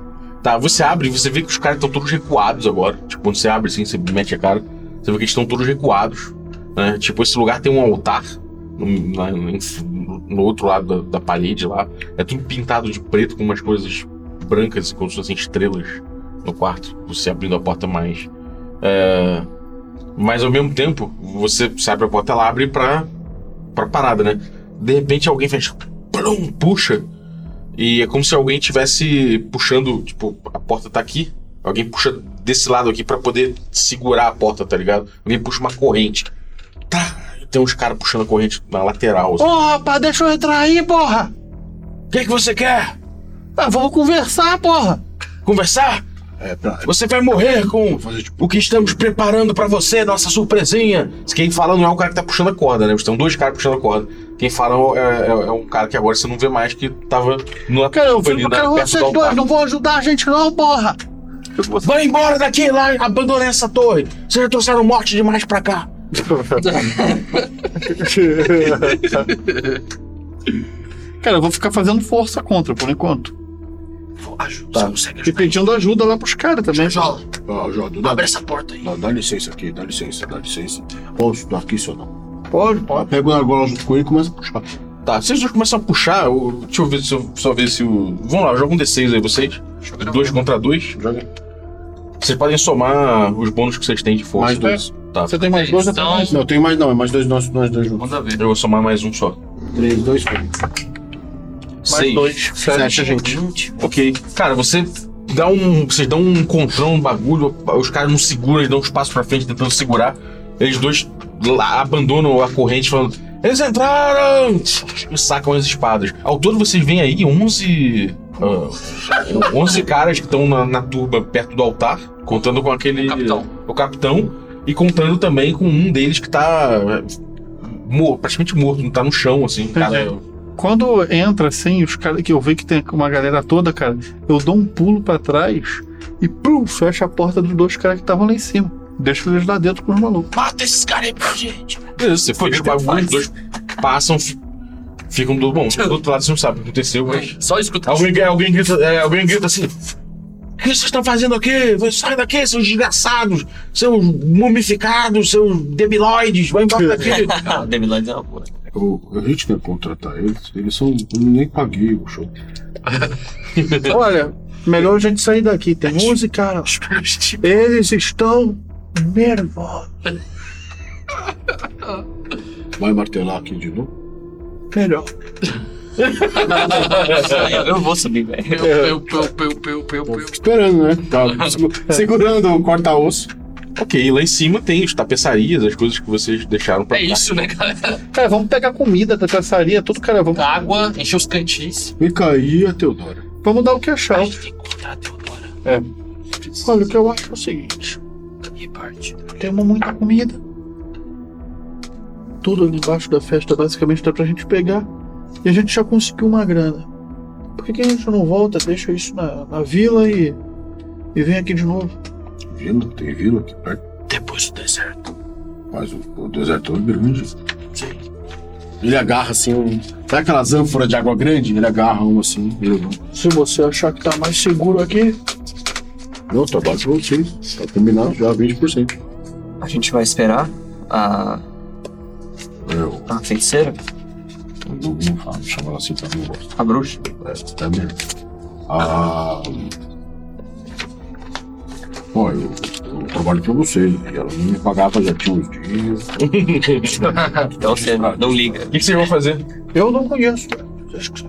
B: Tá, você abre e você vê que os caras estão todos recuados agora. Tipo, quando você abre assim, você mete a cara, você vê que eles estão todos recuados. Né? Tipo, esse lugar tem um altar no, na- no- no outro lado da, da parede lá. É tudo pintado de preto com umas coisas brancas, como se fossem estrelas no quarto. Você abrindo a porta mais. É, Mas ao mesmo tempo, você você abre a porta, ela abre pra, pra parada, né? De repente alguém faz. plum, Puxa. E é como se alguém tivesse puxando, tipo, a porta tá aqui, alguém puxa desse lado aqui pra poder segurar a porta, tá ligado? Alguém puxa uma corrente. Tá, tem uns caras puxando a corrente na lateral.
E: Ô
B: assim.
E: rapaz, deixa eu entrar aí, porra!
B: O que é que você quer?
E: Ah, vamos conversar, porra!
B: Conversar?
F: É, pra.
B: Você vai morrer com
F: fazer tipo.
B: o que estamos preparando pra você, nossa surpresinha. Quem fala não é o cara que tá puxando a corda, né? Estão dois caras puxando a corda. Quem fala é, é- é um cara que agora você não vê mais, que tava no
E: Cara, eu
B: ali
E: fico,
B: na-
E: cara,
B: perto do
E: vocês
B: altar.
E: dois não vão ajudar a gente,
K: *laughs*
E: não, porra!
B: Vai embora daqui lá, abandone essa torre. Vocês já trouxeram morte demais pra cá.
E: Cara, eu vou ficar fazendo força contra por enquanto.
H: Vou- Ajuda,
M: Tá.
H: você consegue
E: E
H: ajudar.
E: pedindo ajuda lá pros caras também.
H: Jola,
F: né? Ó, Jordan, dá,
H: abre essa porta aí.
F: dá, dá licença aqui, dá licença, dá licença. Posso dar aqui, senhor? Não.
M: Pode, pode.
F: Pega o negócio junto com ele e começa a puxar.
B: Tá, vocês dois começam a puxar. eu- deixa eu ver se eu, só ver se o. Vamos lá, joga um D6 aí vocês. Dois contra dois.
F: Joga aí.
B: Vocês podem somar os bônus que vocês têm de força.
F: Mais dois.
B: Tá.
E: Você tem mais dois?
N: Então-
E: eu tenho mais
F: Não, tem mais não, é mais dois nossos, nós dois juntos.
N: Manda ver.
B: Eu vou somar mais um só.
F: Três, dois, foi.
B: Seis.
E: dois. Sete, gente.
B: Ok. Cara, você dá um. Vocês dão um encontrão no bagulho, os caras não seguram, eles dão um passo pra frente tentando segurar. Eles dois lá, abandonam a corrente falando. Eles entraram! E sacam as espadas. Ao todo vocês veem aí 11. ah, 11 caras que estão na, na turba perto do altar, contando com aquele.
N: O capitão.
B: o capitão, e contando também com um deles que tá. eh, mor- praticamente morto, tá no chão, assim. Cara,
E: Quando entra assim, os caras que eu vejo que tem uma galera toda, cara, eu dou um pulo pra trás e pum, fecha a porta dos dois caras que estavam lá em cima. Deixa eles lá dentro com os malucos.
H: Mata esses caras aí pra gente.
B: Beleza, você foi
C: Fica
B: bagulho, os
C: fácil.
B: dois passam, fi- ficam do bom. Do outro lado você não sabe o que aconteceu, mas.
N: Só escuta.
B: Alguém, alguém, grita, é, alguém grita assim. O que vocês estão fazendo aqui? Sai daqui, seus desgraçados! Seus mumificados, seus debiloides! Vai embora daqui!
C: *laughs* Ah, David Lloyd é uma boa.
F: Eu, a gente quer contratar eles, eles são. Eu nem paguei o show.
E: Olha, melhor a gente sair daqui. Tem 11 caras. Eles estão nervosos.
F: Vai martelar aqui de novo?
E: Melhor.
C: Ah, eu, eu vou subir, velho.
N: Peu, peu, peu, peu, peu, peu.
F: Esperando, né? Tá, segu- segurando o corta-osso.
B: *laughs* ok, lá em cima tem as tapeçarias, as coisas que vocês deixaram pra
N: É
B: cá.
N: isso, né, galera?
E: Cara, vamos pegar comida da caçaria, tudo, cara. Vamos,
N: Água, encher os cantis.
F: Vem cair a Teodora.
E: vamos dar o que achar.
H: A gente tem que encontrar a Teodora.
E: Olha, o que eu acho é o seguinte:
H: Da minha parte.
E: temos muita comida. Tudo ali embaixo da festa basicamente dá pra gente pegar. E a gente já conseguiu uma grana. Por que, que a gente não volta, deixa isso na, na vila e, e vem aqui de novo?
F: Vila, tem vila aqui perto.
H: Depois do deserto.
F: Mas o, o deserto é grande.
H: Sim.
F: Ele agarra assim um. Sabe aquelas ânforas de água grande? Ele agarra um assim. Ele não.
E: Se você achar que tá mais seguro aqui,
F: Não, trabalho pra vocês. Tá combinado já 20%.
C: A gente vai esperar a,
F: É, Eu
C: a feiticeira,
F: não, não falo, chama ela assim também, eu gosto.
C: a bruxa.
F: É, tá mesmo. Ah. Bom, eu, eu trabalho pra vocês. E ela não me pagava já tinha uns dias.
C: Então você não, não liga.
B: O que, que vocês vão fazer?
E: eu não conheço.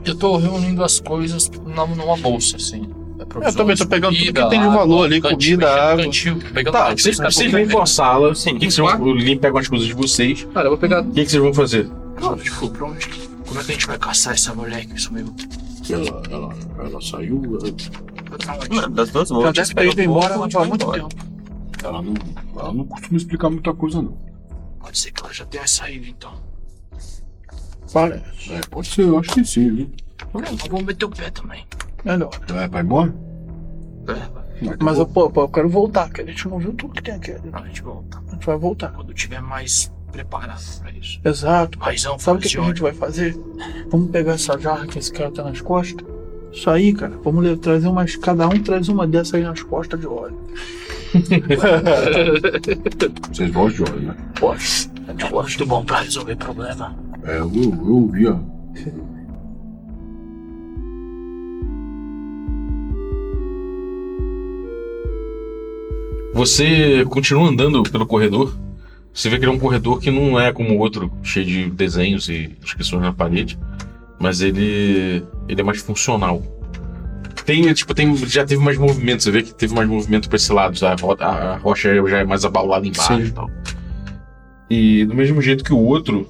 N: Eu tô reunindo as coisas numa, numa bolsa, assim. É provisório,
E: também tô pegando
N: comida,
E: tudo que tem de
N: água,
E: valor ali, comida,
N: mexendo no
E: água.
N: Cantil, pegando
B: Tá,
N: cantil,
B: vocês,
N: tá
B: vocês
H: é
N: bom,
B: vêm pra sala, o
C: Sim.
B: que, que vocês vão. O Lin pega as coisas de vocês. O
N: Cara, eu vou pegar.
B: que, que vocês vão fazer?
H: Cara, tipo, pra onde? que- Como é que a gente vai caçar essa mulher que sumiu?
F: Ela, ela, ela saiu, ela-
C: Mano, das duas
E: Já
C: mãos.
E: deve ter ido embora há muito tempo.
F: ela não. Ela não costuma explicar muita coisa, não.
H: Pode ser que ela já tenha saído, então.
E: Parece.
F: É, pode ser, eu acho que sim, viu?
H: Mas vamos meter o pé também.
E: Melhor.
F: É, vai embora?
E: Mas eu, pô, pô, eu quero voltar, que a gente não viu tudo que tem aqui. A
H: Não, a gente volta.
E: gente vai voltar.
H: Quando tiver mais preparado pra isso.
E: Exato.
H: Raizão,
E: Sabe o
H: fala
E: que, que
H: de
E: a gente
H: ódio.
E: vai fazer? Vamos pegar essa jarra que esse cara tá nas costas. Isso aí, cara. Vamos le- trazer umas. Cada um traz uma dessas aí nas costas de óleo.
F: Vocês gostam de óleo, né?
E: Poxa.
H: É muito bom pra resolver problema.
F: É, eu, eu ouvi, ó.
B: Você continua andando pelo corredor. Você vê que ele é um corredor que não é como o outro, cheio de desenhos e inscrições na parede, mas ele ele é mais funcional. Tem, tipo, tem, já teve mais movimento, você vê que teve mais movimento para esse lado, a, ro- a rocha já é mais abaulada embaixo e tal. E do mesmo jeito que o outro,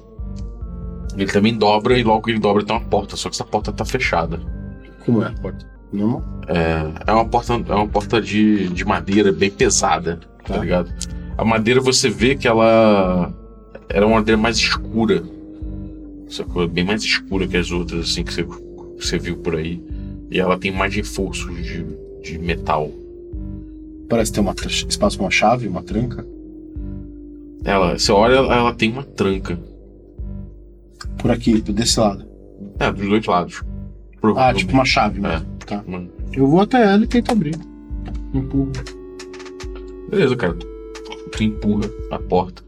B: ele também dobra e logo que ele dobra tem uma porta, só que essa porta tá fechada.
F: Como é a porta? Normal?
B: É uma porta, é uma porta de, de madeira bem pesada, tá
F: Tá.
B: ligado? A madeira você vê que ela era uma madeira mais escura. Sacou? Bem mais escura que as outras, assim, que você, que você viu por aí. E ela tem mais reforços de, de metal.
F: Parece ter uma, tra- espaço pra uma chave, uma tranca.
B: Ela, você olha, ela tem uma tranca.
F: Por aqui, desse lado.
B: É, dos dois lados. Pro-
E: Ah,
B: pro-
E: tipo uma chave, né?
B: É.
E: Tá.
B: Mano.
E: Eu vou até ela e tento abrir. Empurro.
B: Beleza, cara. Tu, tu empurra a porta.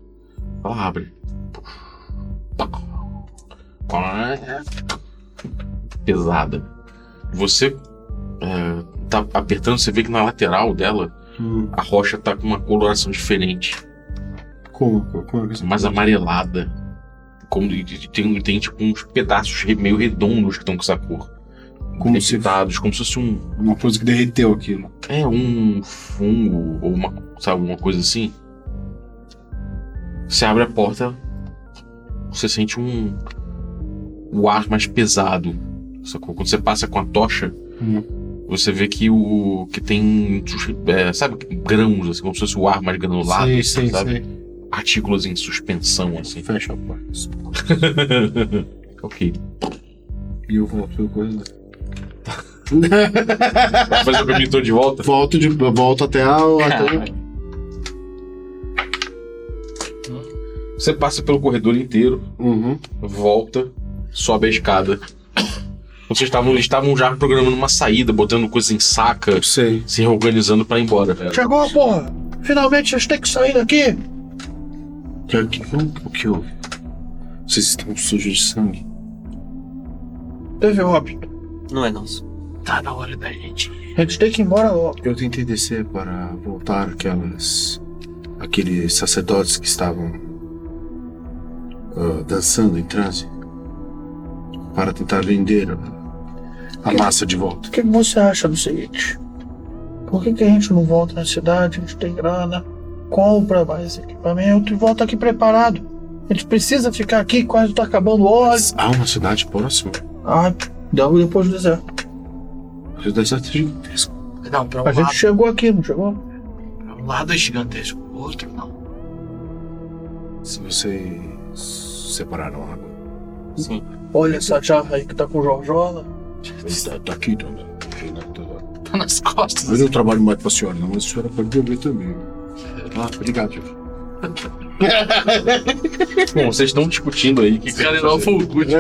B: Ela abre. Pesada. Você é, tá apertando, você vê que na lateral dela
E: Hum.
B: a rocha tá com uma coloração diferente.
E: Como? Como é que
B: mais amarelada. Como, e- e tem, tem tipo uns pedaços re- meio redondos que estão com essa cor.
E: Como se-
B: Excitados, como se fosse um.
E: Uma coisa que derreteu aquilo.
B: É, um fungo ou uma. Sabe, uma coisa assim. Você abre a porta, você sente um. O ar mais pesado. Sacou? Quando você passa com a tocha,
E: Hum.
B: você vê que o. que tem. é, sabe, grãos, assim, como se fosse o ar mais granulado. assim,
E: sei, sei,
B: sabe?
E: sei.
B: Partículas em suspensão, assim.
E: Fecha a porta.
B: *laughs* ok.
E: E eu volto pelo corredor.
B: Vai fazer o caminho todo de volta?
E: Volto, de, volto até a.
H: né?
E: até-
B: Você passa pelo corredor inteiro,
E: Uhum.
B: volta, sobe a escada. Vocês estavam, eles estavam já programando uma saída, botando coisa em saca,
E: Sei.
B: se reorganizando pra ir embora.
E: Chegou, porra! Finalmente vocês têm que sair daqui!
F: O que, o que houve? Vocês estão sujos um de sangue.
E: Teve óbito.
C: Não é nosso.
H: Tá na hora da gente ir.
E: A gente tem que ir embora logo.
F: Eu tentei descer para voltar aquelas. aqueles sacerdotes que estavam. ah, dançando em transe. Para tentar vender a, a massa de volta.
E: O que que você acha do seguinte? Por que, que a gente não volta na cidade? A gente tem grana, compra mais equipamento e volta aqui preparado. A gente precisa ficar aqui, quase tá acabando o óleo.
F: Mas há uma cidade próxima.
E: Ah, dá depois do deserto.
F: A cidade está gigantesca.
H: Não, pra um,
E: A gente
H: lado,
E: chegou aqui, não chegou?
H: pra um lado é gigantesco, o outro não.
F: Se vocês separaram a água.
C: Sim.
E: Olha essa jarra aí que tá com jorjola.
F: Está tá aqui, dona. Tá-
H: Tá nas costas.
F: Mas eu trabalho mais pra senhora, não, mas a senhora pode beber também. Ah, obrigado, chefe.
B: Bom, vocês estão discutindo aí. o Que
H: Esse
B: que
H: cara é
B: vocês
H: não
B: vão
H: foi o
E: *laughs*
H: Good.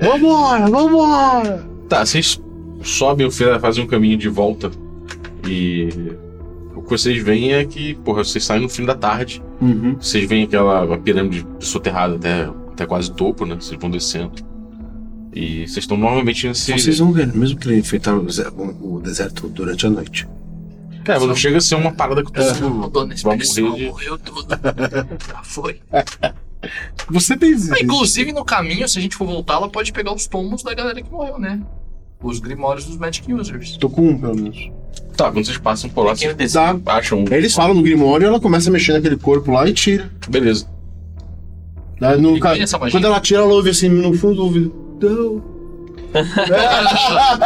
E: Vambora, vambora!
B: fazer. Tá, vocês sobem, fe- fazem um caminho de volta. E. O que vocês veem é que, porra, vocês saem no fim da tarde.
F: Uhum.
B: Vocês veem aquela pirâmide soterrada até, até quase o topo, né? Vocês vão descendo. E vocês estão normalmente nesse.
F: Vocês vão ver, mesmo que enfeitar o deser- o deserto durante a noite.
B: É, mas não chega a ser uma parada que todo
H: Não
B: mundo-
H: mudou na
B: Vai
H: expressão,
B: morrer de-
H: morreu tudo. *laughs* Já foi.
E: Você tem
H: Ah, inclusive, no caminho, se a gente for voltar, ela pode pegar os tomos da galera que morreu, né? Os grimórios dos Magic Users.
E: Tô com um, pelo menos.
B: Tá, quando vocês passam por lá,
C: Quem
B: vocês
C: eu desci?
E: Dá.
B: acham um.
E: Eles falam no Grimório, ela começa a mexer naquele corpo lá e tira.
B: Beleza.
E: Ela nunca-
H: tem essa magia?
E: Quando ela tira, ela ouve assim no fundo do ouvido. Não.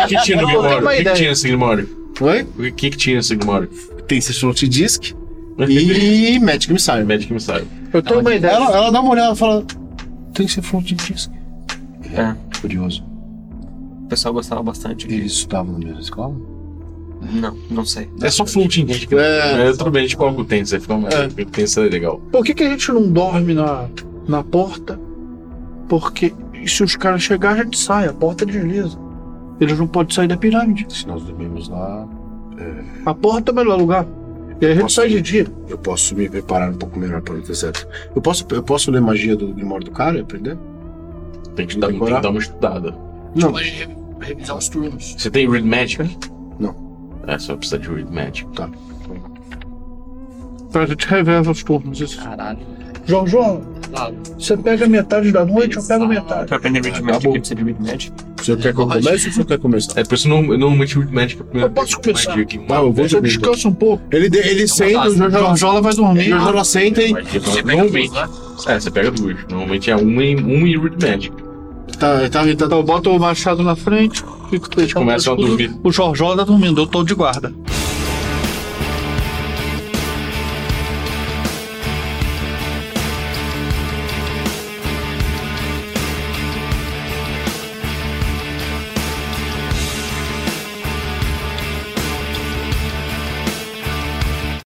B: O que tinha no
E: Eu tenho
B: Grimório? O
E: uma
B: que que,
E: ideia.
B: tinha nesse Grimório?
E: Oi?
B: O que, que tinha nesse Grimório?
E: Tem Slot Disc e Magic Missile.
B: Magic Missile.
O: Eu tenho uma ideia.
E: Ela, ela dá uma olhada e fala: Tem Slot Disc.
C: É.
F: Curioso.
C: O pessoal gostava bastante.
F: Eles estudavam na mesma escola?
C: Não, não sei.
B: É só floating disc. É, tudo bem, a gente coloca o Tense, aí fica uma.
E: É.
B: O Tense é legal.
O: Por que, que a gente não dorme na, na porta?
E: Porque se os caras chegarem, a gente sai, a porta é desliza. Eles não podem sair da pirâmide.
F: Se nós dormimos lá,
E: A porta é o melhor lugar. E aí a gente sai de dia.
F: eu posso me preparar um pouco melhor para o deserto. Eu posso, eu posso ler magia do Grimório do cara e aprender?
B: Tem que, dar, tem que dar uma estudada.
F: Não.
H: Pode re- revisar os turnos.
B: Você tem Read Magic?
F: Não.
B: É, só precisa de Read Magic.
F: Tá.
O: Pra gente reversa os turnos. Isso.
P: Caralho.
O: Jorjola,
E: Tá.
O: você pega metade da noite, eu pego metade.
C: Pra aprender Read Magic,
F: bom.
C: aqui precisa de Read Magic.
F: O senhor quer que eu comece ou o senhor
H: *laughs*
F: quer começar?
B: É por isso norm- normalmente Read Magic é a primeira
O: Eu posso
B: vez que
O: começar.
B: magia que-
F: Tá, eu vou
O: Você
F: dormir.
O: descansa um pouco.
F: Ele, de- ele senta, o Jorjola,
O: Jorjola vai dormir.
F: Jorjola senta e.
B: Magia
H: Você
B: pra-
H: pega
B: Normalmente.
H: duas, né?
B: É, você pega duas. Normalmente é uma e, uma e Read Magic.
F: Tá, tá, tá,
O: Então eu boto o machado na frente, fico fechado.
B: Começam a
O: o escudo.
B: dormir.
O: O Jorjola tá dormindo, eu tô de guarda.